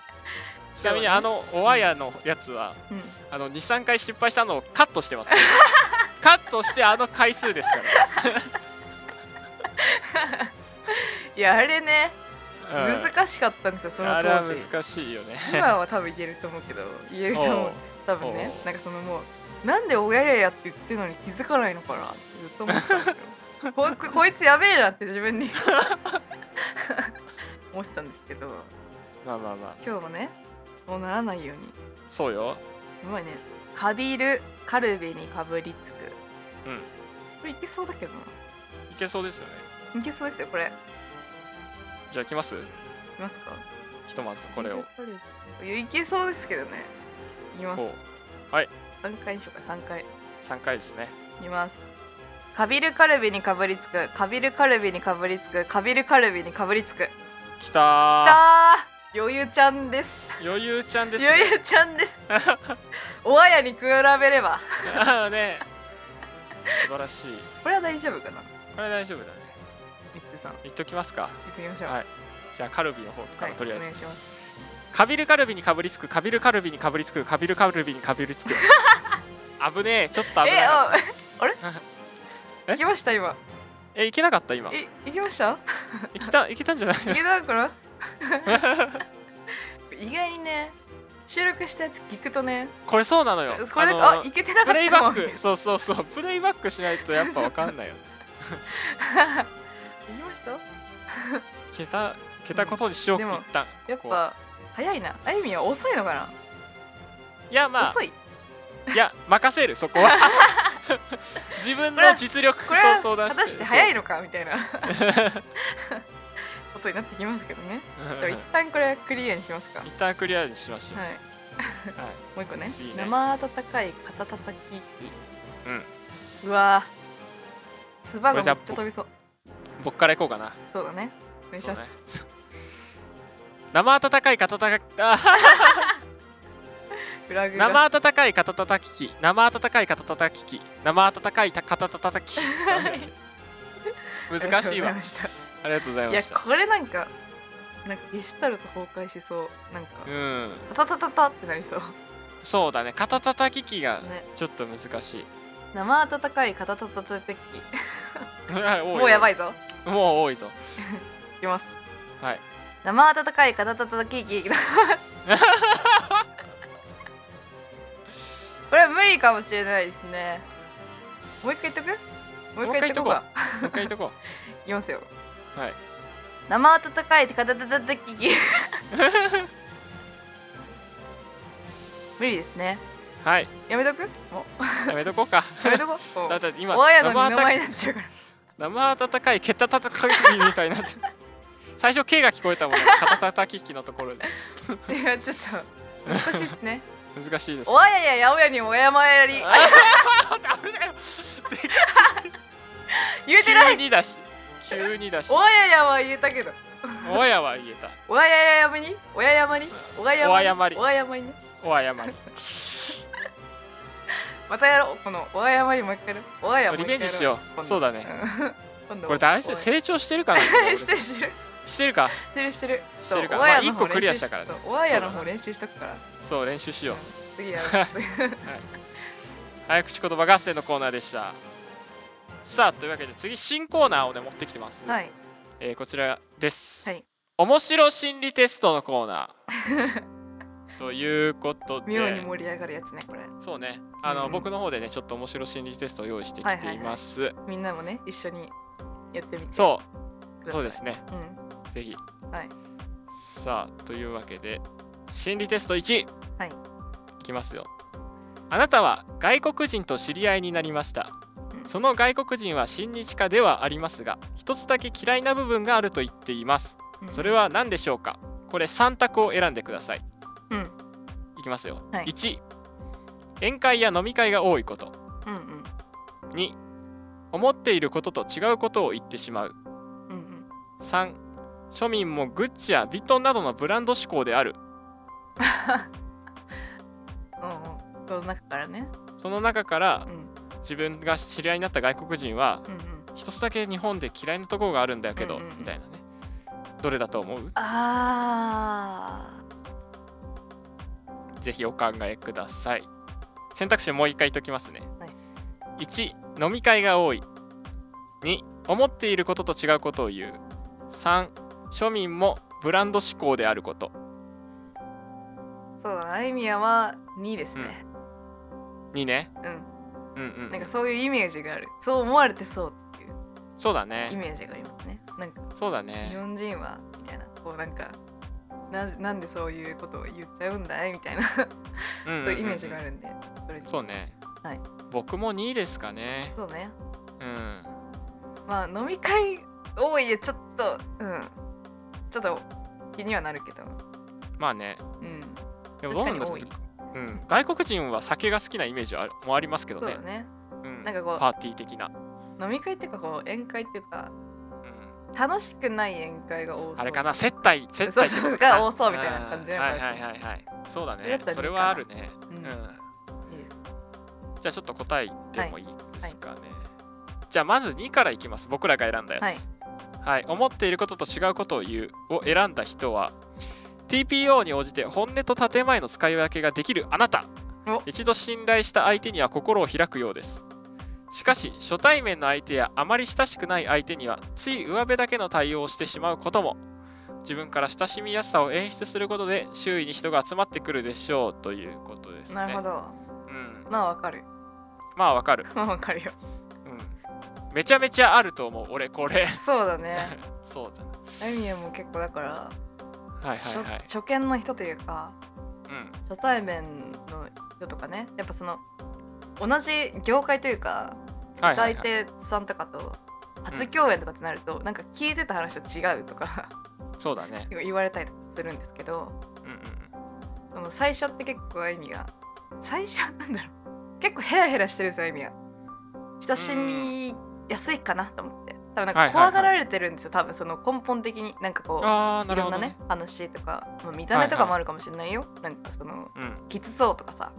[SPEAKER 2] ちなみにあのおわやのやつは
[SPEAKER 1] うん、
[SPEAKER 2] あの23回失敗したのをカットしてます カットしてあの回数ですか
[SPEAKER 1] いやあれね、
[SPEAKER 2] ら、うん
[SPEAKER 1] 難しかったんですよその
[SPEAKER 2] あれは
[SPEAKER 1] 当時
[SPEAKER 2] 難しいよね
[SPEAKER 1] 今は多分言えると思うけ ど言えると思
[SPEAKER 2] お
[SPEAKER 1] う
[SPEAKER 2] う
[SPEAKER 1] 多分ね
[SPEAKER 2] おう
[SPEAKER 1] なんかそのもうなんで親ややって言ってるのに気づかないのかな ってずっと思ってたんですよ こここいつやべえなって自分に 思ってたんですけど
[SPEAKER 2] まあまあまあ
[SPEAKER 1] 今日もねもうならないように
[SPEAKER 2] そうよ
[SPEAKER 1] うまいねカビるカルビにかぶりつく
[SPEAKER 2] うん
[SPEAKER 1] これいけそうだけどない
[SPEAKER 2] けそうですよね
[SPEAKER 1] いけそうですよこれい
[SPEAKER 2] じゃあいきます
[SPEAKER 1] きますか
[SPEAKER 2] ひとまずこれを
[SPEAKER 1] いやいけそうですけどねいきます
[SPEAKER 2] こ
[SPEAKER 1] 3回にしようか3回
[SPEAKER 2] う3回ですね
[SPEAKER 1] いきますカビルカルビにかぶりつくカビルカルビにかぶりつくカビルカルビにかぶりつくき
[SPEAKER 2] きた
[SPEAKER 1] たー余裕ちゃんです
[SPEAKER 2] ー余裕ちゃんですね
[SPEAKER 1] 余裕ちゃんです おあやに比べれば
[SPEAKER 2] あー ね素晴らしい
[SPEAKER 1] これは大丈夫かな
[SPEAKER 2] これ大丈夫だね
[SPEAKER 1] ミッツさん行
[SPEAKER 2] いっときますか
[SPEAKER 1] ってみましょう
[SPEAKER 2] はいじゃあカルビの方からとりあえず、
[SPEAKER 1] はいお願いします
[SPEAKER 2] カビルカルビにかぶりつくカビルカルビにかぶりつくカビルカルビにかぶりつ く危ねえちょっと危
[SPEAKER 1] え
[SPEAKER 2] ない
[SPEAKER 1] ああれ
[SPEAKER 2] え
[SPEAKER 1] 行きました今
[SPEAKER 2] えいけなかった今
[SPEAKER 1] え行きま した
[SPEAKER 2] いけたいけたんじゃない
[SPEAKER 1] いけたから 意外にね収録したやつ聞くとね
[SPEAKER 2] これそうなのよ
[SPEAKER 1] これだけ
[SPEAKER 2] あ
[SPEAKER 1] あ
[SPEAKER 2] の
[SPEAKER 1] いけてなか
[SPEAKER 2] プ
[SPEAKER 1] っ
[SPEAKER 2] レイ
[SPEAKER 1] た
[SPEAKER 2] バ
[SPEAKER 1] も
[SPEAKER 2] ッ
[SPEAKER 1] ん行
[SPEAKER 2] クそうそうそうプレイバックしないとやっぱわかんないよね
[SPEAKER 1] きました
[SPEAKER 2] いけたいけたことにしよう
[SPEAKER 1] でも
[SPEAKER 2] 一旦
[SPEAKER 1] やっ
[SPEAKER 2] ここ
[SPEAKER 1] ぱ早いな。あゆみんは遅いのかな、
[SPEAKER 2] いやま
[SPEAKER 1] 遅い。
[SPEAKER 2] あいや任せる そこは自分の実力と
[SPEAKER 1] これは
[SPEAKER 2] 相談
[SPEAKER 1] 果
[SPEAKER 2] し
[SPEAKER 1] たし
[SPEAKER 2] て
[SPEAKER 1] て早いのかみたいな ことになってきますけどね。
[SPEAKER 2] そううん
[SPEAKER 1] でも一旦これはクリアにしますか。はい
[SPEAKER 2] 一。旦クリアにしましょう、はい
[SPEAKER 1] もう一個ね。
[SPEAKER 2] 次ね
[SPEAKER 1] 生温かい肩たたき機。
[SPEAKER 2] うん
[SPEAKER 1] うわぁ。つばが
[SPEAKER 2] これじ
[SPEAKER 1] め
[SPEAKER 2] ゃ
[SPEAKER 1] っ
[SPEAKER 2] あ
[SPEAKER 1] ちゃ飛びそう。
[SPEAKER 2] 僕からいこうかな
[SPEAKER 1] そうだね。お願いし
[SPEAKER 2] そう
[SPEAKER 1] ま
[SPEAKER 2] ね
[SPEAKER 1] す。
[SPEAKER 2] 生温かい肩たたあ
[SPEAKER 1] フラグが。
[SPEAKER 2] 生温かい肩たたき機生温かい肩たたき機生温かいた肩たたき機 難しいわ
[SPEAKER 1] ありがとうござました
[SPEAKER 2] ありがとうござい
[SPEAKER 1] い
[SPEAKER 2] ま
[SPEAKER 1] や
[SPEAKER 2] した
[SPEAKER 1] これなんかなんかゲシュタルト崩壊しそう。なんか
[SPEAKER 2] うん
[SPEAKER 1] タタタタタってなりそう。
[SPEAKER 2] そうだね肩たたき機が
[SPEAKER 1] ね。
[SPEAKER 2] ちょっと難しい
[SPEAKER 1] 生温かい肩たたたたき。
[SPEAKER 2] も
[SPEAKER 1] もうやば
[SPEAKER 2] い
[SPEAKER 1] いぞ。
[SPEAKER 2] もう多いぞ
[SPEAKER 1] いきます。
[SPEAKER 2] はい
[SPEAKER 1] 生温かい肩たたき き。これは無理かもしれないですね。もう一回言っとく。もう一回言っとこうか。
[SPEAKER 2] もう一回言っとこ
[SPEAKER 1] いきますよ。
[SPEAKER 2] うはい
[SPEAKER 1] 生温かい肩たた きき。無理ですね。
[SPEAKER 2] はい
[SPEAKER 1] やめとくも
[SPEAKER 2] やめとこ うか
[SPEAKER 1] うやめとこうも
[SPEAKER 2] だっ
[SPEAKER 1] う
[SPEAKER 2] て今
[SPEAKER 1] 大家の
[SPEAKER 2] 生
[SPEAKER 1] 二の前
[SPEAKER 2] 温
[SPEAKER 1] になっちゃうから
[SPEAKER 2] 生温かい蹴ったたたかいみたいになって最初 K が聞こえたもんね肩たたき機のところで
[SPEAKER 1] いやちょっと難しいですね。
[SPEAKER 2] 難しいです
[SPEAKER 1] おあやややおやにおやまやりあ
[SPEAKER 2] あダメだよ
[SPEAKER 1] 言えてない。
[SPEAKER 2] 急にだし急にだし
[SPEAKER 1] おあややは言えたけど。
[SPEAKER 2] おやは言えた
[SPEAKER 1] おあやややまにおややまにおあや
[SPEAKER 2] おあやまり
[SPEAKER 1] おあやまにね。
[SPEAKER 2] おあ やまり
[SPEAKER 1] またやろうこのおあやまにもう一回やろう。おあやもう一
[SPEAKER 2] リ
[SPEAKER 1] 回や
[SPEAKER 2] ベン
[SPEAKER 1] ろ
[SPEAKER 2] ジしようそうだね
[SPEAKER 1] ね。今度
[SPEAKER 2] これ大丈夫成長してるかな
[SPEAKER 1] してるしてる
[SPEAKER 2] してるか
[SPEAKER 1] してるしてる。
[SPEAKER 2] してるか
[SPEAKER 1] ちょっとおあやの
[SPEAKER 2] まあ一
[SPEAKER 1] 方
[SPEAKER 2] 個クリアしたからね
[SPEAKER 1] 練習しとくおあやの方練習しとくから。
[SPEAKER 2] そう練習しよう
[SPEAKER 1] 次やろう。
[SPEAKER 2] 早口言葉合戦のコーナーでしたさあというわけで次新コーナーをね持ってきてます、
[SPEAKER 1] はい
[SPEAKER 2] えーこちらです、
[SPEAKER 1] はい
[SPEAKER 2] 面白心理テストのコーナ ーということで
[SPEAKER 1] 妙に盛り上がるやつねこれ。
[SPEAKER 2] そうねあの、
[SPEAKER 1] うん
[SPEAKER 2] 僕の方でねちょっと面白心理テストを用意して
[SPEAKER 1] はい
[SPEAKER 2] き
[SPEAKER 1] はいは
[SPEAKER 2] て
[SPEAKER 1] い
[SPEAKER 2] います、
[SPEAKER 1] みんなもね一緒にやってみて。
[SPEAKER 2] そううそうですね
[SPEAKER 1] うん。
[SPEAKER 2] ぜひ
[SPEAKER 1] はい
[SPEAKER 2] さあというわけで心理テスト1
[SPEAKER 1] はい
[SPEAKER 2] いきますよあなたは外国人と知り合いになりました
[SPEAKER 1] うん
[SPEAKER 2] その外国人は親日家ではありますが一つだけ嫌いな部分があると言っています
[SPEAKER 1] うん
[SPEAKER 2] それは何でしょうかこれ3択を選んでください
[SPEAKER 1] うんうん
[SPEAKER 2] いきますよ、
[SPEAKER 1] はい
[SPEAKER 2] 1宴会や飲み会が多いこと
[SPEAKER 1] うん
[SPEAKER 2] 2思っていることと違うことを言ってしまう
[SPEAKER 1] うんうん。
[SPEAKER 2] 3庶民もグッチやビトンなどのブランド志向である
[SPEAKER 1] うんうん、その中からね。
[SPEAKER 2] その中から
[SPEAKER 1] うんうん
[SPEAKER 2] 自分が知り合いになった外国人は
[SPEAKER 1] うん。
[SPEAKER 2] 一つだけ日本で嫌いなところがあるんだけど、
[SPEAKER 1] うんうんうん
[SPEAKER 2] みたいなねどれだと思う
[SPEAKER 1] ああ、
[SPEAKER 2] ぜひお考えください選択肢もう一回言っときますね、
[SPEAKER 1] は
[SPEAKER 2] 1飲み会が多い2思っていることと違うことを言う3庶民もブランド志向であること
[SPEAKER 1] そうだな。あいみやは2ですね。
[SPEAKER 2] 2ね
[SPEAKER 1] うん、
[SPEAKER 2] うんうん
[SPEAKER 1] なんかそういうイメージがある。そう思われてそうっていう
[SPEAKER 2] そうだ
[SPEAKER 1] イ
[SPEAKER 2] ね
[SPEAKER 1] メージがありますね。なんか
[SPEAKER 2] そうだ
[SPEAKER 1] 日
[SPEAKER 2] ね
[SPEAKER 1] 本人はみたいな、こうなんか。ななんでそういうことを言っちゃうんだいみたいな
[SPEAKER 2] うんうんうん
[SPEAKER 1] そういうイメージがあるんでそれで
[SPEAKER 2] そうね、
[SPEAKER 1] はい
[SPEAKER 2] 僕も2ですかね
[SPEAKER 1] そうね
[SPEAKER 2] うん
[SPEAKER 1] まあ飲み会多いでちょっとうんちょっと気にはなるけど
[SPEAKER 2] まあね
[SPEAKER 1] うん
[SPEAKER 2] でもどうなんだろう
[SPEAKER 1] 確か
[SPEAKER 2] うん、外国人は酒が好きなイメージはあるもありますけど
[SPEAKER 1] そう
[SPEAKER 2] ね
[SPEAKER 1] だね
[SPEAKER 2] うん、
[SPEAKER 1] なんかこう
[SPEAKER 2] パーティー的な、
[SPEAKER 1] 飲み会っていうかこう宴会っていうか
[SPEAKER 2] うん
[SPEAKER 1] 楽しくない宴会が多そう
[SPEAKER 2] あれかな接待接待っ
[SPEAKER 1] そ
[SPEAKER 2] てこと
[SPEAKER 1] うそうが多そうみたいな感じ
[SPEAKER 2] う
[SPEAKER 1] ね
[SPEAKER 2] んはいはいはいはいそうだ
[SPEAKER 1] それだ
[SPEAKER 2] ね
[SPEAKER 1] ったらいいかな
[SPEAKER 2] それはあるね
[SPEAKER 1] うん
[SPEAKER 2] うん、
[SPEAKER 1] いい
[SPEAKER 2] じゃあちょっと答え言ってもいいですかね、じゃあまず2からいきます僕らが選んだやつ
[SPEAKER 1] はい
[SPEAKER 2] はい、思っていることと違うことを言うを選んだ人は TPO に応じて本音と建前の使い分けができるあなた
[SPEAKER 1] お
[SPEAKER 2] 一度信頼した相手には心を開くようですしかし初対面の相手やあまり親しくない相手にはつい上辺だけの対応をしてしまうことも自分から親しみやすさを演出することで周囲に人が集まってくるでしょうということですね
[SPEAKER 1] なるほど
[SPEAKER 2] うん、
[SPEAKER 1] まあわかる
[SPEAKER 2] まあわかる、
[SPEAKER 1] わかるよ
[SPEAKER 2] うん、めちゃめちゃあると思う俺これ
[SPEAKER 1] そうだね
[SPEAKER 2] そうだ
[SPEAKER 1] あゆみやも結構だから、
[SPEAKER 2] はいはいはい
[SPEAKER 1] 初初見の人というか
[SPEAKER 2] うん
[SPEAKER 1] 初対面の人とかねやっぱその同じ業界というか
[SPEAKER 2] はいは
[SPEAKER 1] 大
[SPEAKER 2] いはい、
[SPEAKER 1] 手さんとかと初共演とかってなると、なんか聞いてた話と違うとか
[SPEAKER 2] そうだね。
[SPEAKER 1] 言われたりするんですけど
[SPEAKER 2] うんうん
[SPEAKER 1] その最初って結構あゆみが最初はなんだろう結構ヘラヘラしてるんですよあゆみが親しみやすいかなと思って多分なん
[SPEAKER 2] はい
[SPEAKER 1] か
[SPEAKER 2] はいは
[SPEAKER 1] 怖
[SPEAKER 2] い
[SPEAKER 1] がられてるんですよ、多分その根本的になんかこ
[SPEAKER 2] うん。
[SPEAKER 1] う
[SPEAKER 2] ああ、ない
[SPEAKER 1] ろ
[SPEAKER 2] るほ
[SPEAKER 1] んな
[SPEAKER 2] ど
[SPEAKER 1] ね
[SPEAKER 2] ね。
[SPEAKER 1] 話とか、まあ見た目とかもあるかもしれないよ、なんかその
[SPEAKER 2] うんうん
[SPEAKER 1] きつそうとかさ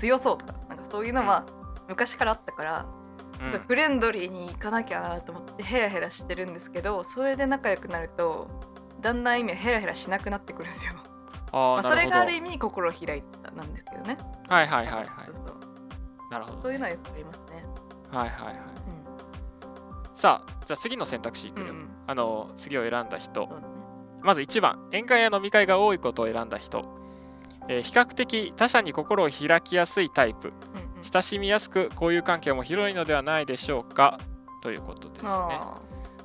[SPEAKER 1] 強そうとかなんかそういうのは昔からあったから、ちょっとフレンドリーに行かなきゃなと思ってヘラヘラしてるんですけどそれで仲良くなるとだんだん意味はヘラヘラしなくなってくるんですよ。
[SPEAKER 2] あ
[SPEAKER 1] ま
[SPEAKER 2] あ、
[SPEAKER 1] あ、そ
[SPEAKER 2] なる
[SPEAKER 1] れ
[SPEAKER 2] ほ
[SPEAKER 1] が
[SPEAKER 2] ど
[SPEAKER 1] あ。る意味心を開いたなんですけどね。
[SPEAKER 2] はいはいはいはい。
[SPEAKER 1] そうそう
[SPEAKER 2] なるほど
[SPEAKER 1] そうい
[SPEAKER 2] ね。
[SPEAKER 1] うのはよくありますね。
[SPEAKER 2] はいはいはい。さあ、じゃあ次の選択肢いく
[SPEAKER 1] うん。
[SPEAKER 2] よ
[SPEAKER 1] う。ん
[SPEAKER 2] あの、次を選んだ
[SPEAKER 1] そ。
[SPEAKER 2] 人
[SPEAKER 1] うだね
[SPEAKER 2] まず1番、宴会や飲み会が多いことを選んだ人。えー比較的他者に心を開きやすいタイプ
[SPEAKER 1] うんうん
[SPEAKER 2] 親しみやすく交友関係も広いのではないでしょうかということですね
[SPEAKER 1] あ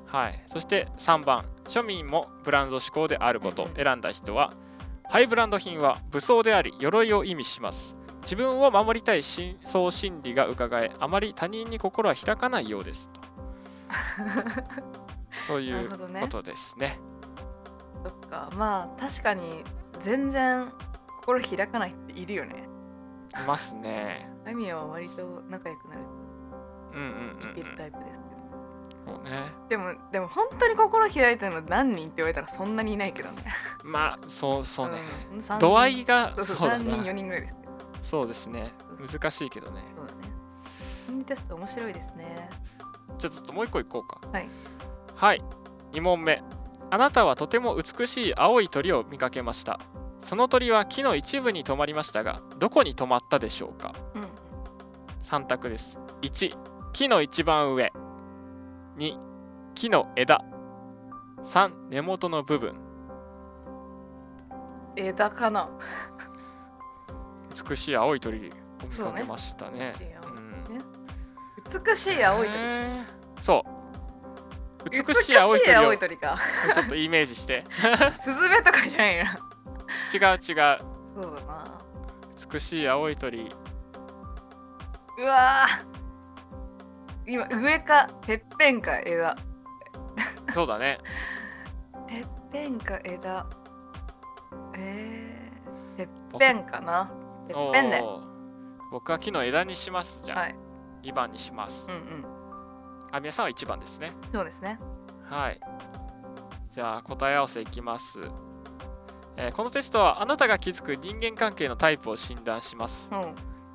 [SPEAKER 2] はい、そして3番庶民もブランド志向であること
[SPEAKER 1] うんうん
[SPEAKER 2] 選んだ人はハイブランド品は武装であり鎧を意味します自分を守りたい深層心理が伺えあまり他人に心は開かないようです とそうい
[SPEAKER 1] な
[SPEAKER 2] う
[SPEAKER 1] るほどね
[SPEAKER 2] ことですね
[SPEAKER 1] そっかまあ確かに全然心開かないっているよね
[SPEAKER 2] いますね
[SPEAKER 1] あみやは割と仲良くなる
[SPEAKER 2] うんうんうん、
[SPEAKER 1] いるタイプですけど
[SPEAKER 2] うん、そうね
[SPEAKER 1] でもでも本当に心開いてるの何人って言われたらそんなにいないけどね
[SPEAKER 2] まあそうそうね、
[SPEAKER 1] うん3人
[SPEAKER 2] 度合いが
[SPEAKER 1] そうそう
[SPEAKER 2] そうだ
[SPEAKER 1] 3人4
[SPEAKER 2] な
[SPEAKER 1] 人ぐらいです
[SPEAKER 2] そうですね難しいけどね
[SPEAKER 1] そうだね心理テスト面白いですね
[SPEAKER 2] じゃあちょっともう一個いこうか
[SPEAKER 1] はい
[SPEAKER 2] はい2問目あなたはとても美しい青い鳥を見かけましたその鳥は木の一部に止まりましたがどこに止まったでしょうか
[SPEAKER 1] うん
[SPEAKER 2] 3択です1木の一番上2木の枝3根元の部分
[SPEAKER 1] 枝かな
[SPEAKER 2] 美しい青い鳥を見かけましたね
[SPEAKER 1] そうね
[SPEAKER 2] うん
[SPEAKER 1] 美しい青い鳥
[SPEAKER 2] へーそう美しい青い鳥を
[SPEAKER 1] 美し鳥か
[SPEAKER 2] ちょっとイメージして
[SPEAKER 1] スズメとかじゃないな
[SPEAKER 2] 違う違う
[SPEAKER 1] そうだな
[SPEAKER 2] 美しい青い鳥
[SPEAKER 1] うわー今上かてっぺんか枝
[SPEAKER 2] そうだね
[SPEAKER 1] てっぺんか枝えー、てっぺんかなてっぺんね
[SPEAKER 2] おー僕は木の枝にしますじゃあ、
[SPEAKER 1] はい
[SPEAKER 2] 2番にします
[SPEAKER 1] うんうん
[SPEAKER 2] あ皆さんは1番ですね
[SPEAKER 1] そうですね
[SPEAKER 2] はいじゃあ答え合わせいきます、えーこのテストはあなたが気づく人間関係のタイプを診断します
[SPEAKER 1] うん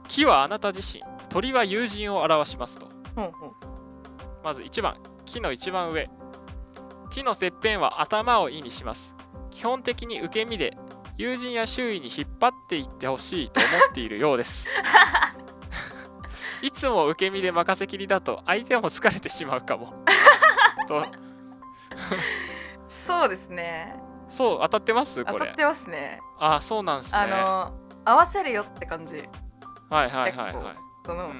[SPEAKER 2] 木はあなた自身鳥は友人を表しますと
[SPEAKER 1] うん
[SPEAKER 2] まず1番木の一番上木のてっぺんは頭を意味します基本的に受け身で友人や周囲に引っ張っていってほしいと思っているようです いつも受け身で任せきりだと相手も疲れてしまうかもと
[SPEAKER 1] そうですね
[SPEAKER 2] そう当たってます
[SPEAKER 1] 当
[SPEAKER 2] こ
[SPEAKER 1] た
[SPEAKER 2] れ
[SPEAKER 1] ってますね
[SPEAKER 2] あそうなんですね
[SPEAKER 1] あの合わせるよって感じ
[SPEAKER 2] はいはいはい
[SPEAKER 1] 結構
[SPEAKER 2] は
[SPEAKER 1] その、
[SPEAKER 2] い、うん、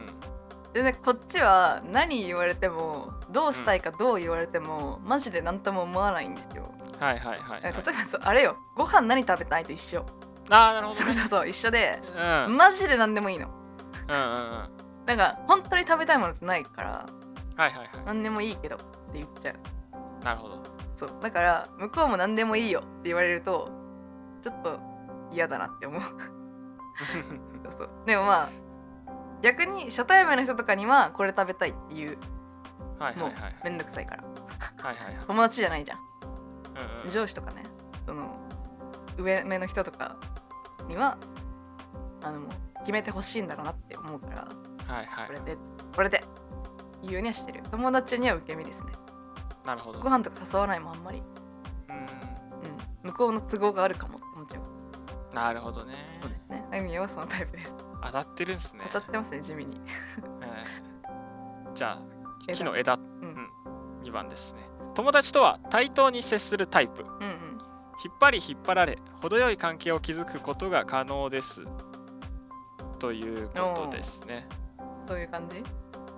[SPEAKER 1] 全然こっちは何言われてもどうしたいかどう言われても、マジで何とも思わないんですよ
[SPEAKER 2] はいはいはい、は
[SPEAKER 1] 例え
[SPEAKER 2] い、
[SPEAKER 1] ばそうあれよご飯何食べたいと一緒
[SPEAKER 2] あーなるほど
[SPEAKER 1] そう
[SPEAKER 2] ね
[SPEAKER 1] そうそう一緒で
[SPEAKER 2] うんうん
[SPEAKER 1] マジで何でもいいの
[SPEAKER 2] うんうん
[SPEAKER 1] なんか本当に食べたいものってないから
[SPEAKER 2] はいはいは
[SPEAKER 1] 何でもいいけどって言っちゃう
[SPEAKER 2] いなるほど
[SPEAKER 1] そうだから向こうも何でもいいよって言われるとちょっと嫌だなって思うそうでもまあ逆に初対面の人とかにはこれ食べたいっていう
[SPEAKER 2] はいはい
[SPEAKER 1] も
[SPEAKER 2] は
[SPEAKER 1] う
[SPEAKER 2] いはい
[SPEAKER 1] めんどくさいから
[SPEAKER 2] はいはいはい
[SPEAKER 1] 友達じゃないじゃん
[SPEAKER 2] うんうん
[SPEAKER 1] 上司とかねその上目の人とかにはあのもう決めてほしいんだろうなって思うから
[SPEAKER 2] はいはい
[SPEAKER 1] これでこれで言うようにはしてる友達には受け身ですね
[SPEAKER 2] なるほど
[SPEAKER 1] ご飯とか誘わないもんあんまり、
[SPEAKER 2] うん
[SPEAKER 1] うん、向こうの都合があるかもって思っちゃう
[SPEAKER 2] なるほどね
[SPEAKER 1] そうですねあゆみんはそのタイプです
[SPEAKER 2] 当たってるんですね
[SPEAKER 1] 当たってますね地味に
[SPEAKER 2] うんじゃあ
[SPEAKER 1] 枝
[SPEAKER 2] 木の枝
[SPEAKER 1] うん
[SPEAKER 2] 2番ですね友達とは対等に接するタイプ
[SPEAKER 1] うんうん
[SPEAKER 2] 引っ張り引っ張られ程よい関係を築くことが可能ですということですね
[SPEAKER 1] そういう感じ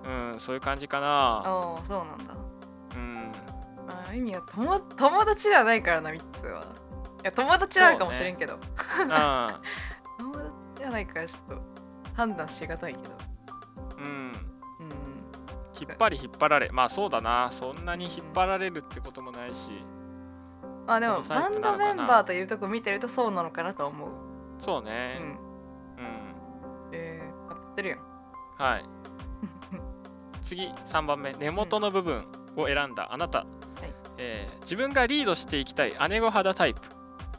[SPEAKER 2] うんそういう感じかな
[SPEAKER 1] ああそうなんだ
[SPEAKER 2] うん
[SPEAKER 1] まああゆみんは友友達ではないからな3つはいや友達ではあるかもしれんけど、
[SPEAKER 2] あ
[SPEAKER 1] 友達ではないからちょっと判断しがたいけど
[SPEAKER 2] うん
[SPEAKER 1] うん
[SPEAKER 2] 引っ張り引っ張られまあそうだなそんなに引っ張られるってこともないし
[SPEAKER 1] まあでも
[SPEAKER 2] このタ
[SPEAKER 1] バ
[SPEAKER 2] イプ
[SPEAKER 1] ンド
[SPEAKER 2] なのか
[SPEAKER 1] メ
[SPEAKER 2] な
[SPEAKER 1] ンバーといるとこ見てるとそうなのかなと思う。
[SPEAKER 2] そう
[SPEAKER 1] う
[SPEAKER 2] ね
[SPEAKER 1] ん。
[SPEAKER 2] うん
[SPEAKER 1] えー、合ってるやん。
[SPEAKER 2] はい次3番目根元の部分を選んだあなた、えー自分がリードしていきたい姉御肌タイプ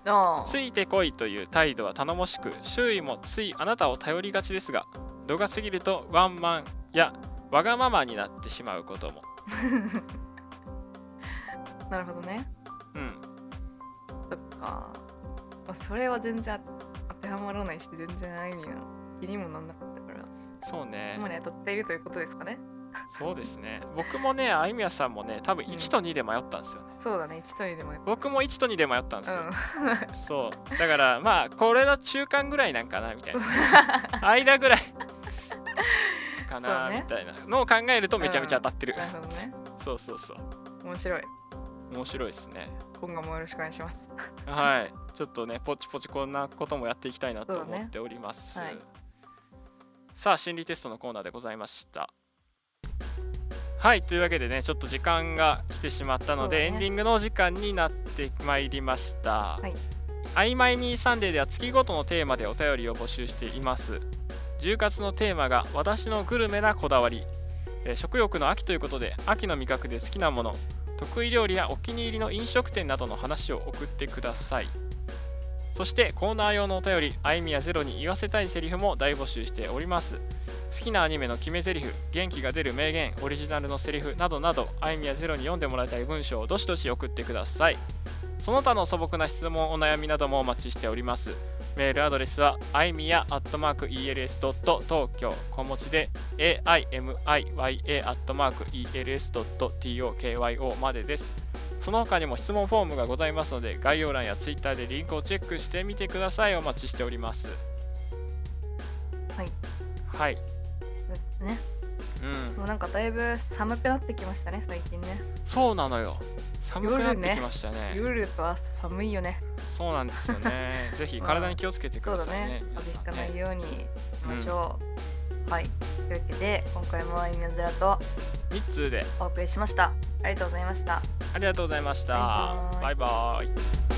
[SPEAKER 1] ああ。
[SPEAKER 2] ついてこいという態度は頼もしく周囲もついあなたを頼りがちですが度が過ぎるとワンマンやわがままになってしまうことも、
[SPEAKER 1] なるほどね。
[SPEAKER 2] うん、
[SPEAKER 1] そっか。まあ、それは全然当てはまらないし、全然あいみの気にもなんなかったから、
[SPEAKER 2] そうね
[SPEAKER 1] 今に当たっているということですかね。
[SPEAKER 2] そうですね僕もねあいみやさんもね多分
[SPEAKER 1] うん
[SPEAKER 2] 1と2で迷ったんですよね、
[SPEAKER 1] そうだね、一人でもやっ
[SPEAKER 2] 僕も1と2で迷ったんです
[SPEAKER 1] う
[SPEAKER 2] よ、
[SPEAKER 1] ん。
[SPEAKER 2] そうだからまあこれの中間ぐらいなんかなみた いな間ぐらいか
[SPEAKER 1] そ
[SPEAKER 2] な、
[SPEAKER 1] うね
[SPEAKER 2] みたいなのを考えるとめちゃめちゃ当たってる、
[SPEAKER 1] なるほどね。
[SPEAKER 2] そうそうそう
[SPEAKER 1] 面白い。
[SPEAKER 2] 面白いですね
[SPEAKER 1] 今後もよろしくお願いします。
[SPEAKER 2] はいちょっとねポチポチこんなこともやっていきたいなと
[SPEAKER 1] そうだね
[SPEAKER 2] 思っております、
[SPEAKER 1] はい
[SPEAKER 2] さあ心理テストのコーナーでございましたはいというわけでねちょっと時間が来てしまったので、エ
[SPEAKER 1] そうだね
[SPEAKER 2] ンディングのお時間になってまいりました
[SPEAKER 1] はい
[SPEAKER 2] 「あいまいみーサンデー」では月ごとのテーマでお便りを募集しています10月のテーマが「私のグルメなこだわり」えー食欲の秋ということで秋の味覚で好きなもの得意料理やお気に入りの飲食店などの話を送ってくださいそしてコーナー用のお便りあいみやゼロに言わせたいセリフも大募集しております好きなアニメの決め台詞元気が出る名言オリジナルのセリフなどなどあいみやゼロに読んでもらいたい文章をどしどし送ってくださいその他の素朴な質問お悩みなどもお待ちしておりますメールアドレスはあいみや @els.tokyo 小文字で aimiya.els.tokyo までですその他にも質問フォームがございますので概要欄や Twitter でリンクをチェックしてみてくださいお待ちしております
[SPEAKER 1] はい
[SPEAKER 2] はい
[SPEAKER 1] ね
[SPEAKER 2] うん
[SPEAKER 1] もうなんかだいぶ寒くなってきましたね最近ね
[SPEAKER 2] そうなのよ寒くなってきましたね
[SPEAKER 1] 夜と朝寒いよね
[SPEAKER 2] そうなんです よねぜひ体に気をつけてく
[SPEAKER 1] そう
[SPEAKER 2] だ
[SPEAKER 1] だ
[SPEAKER 2] さいね
[SPEAKER 1] ね
[SPEAKER 2] 皆
[SPEAKER 1] 風邪ひ
[SPEAKER 2] さん
[SPEAKER 1] かない
[SPEAKER 2] ね
[SPEAKER 1] ようにしましょう、はいというわけで今回もあいみやずらと
[SPEAKER 2] 3つで
[SPEAKER 1] お送りしましたありがとうございました
[SPEAKER 2] ありがとうございました
[SPEAKER 1] バイバーイ
[SPEAKER 2] バイバーイ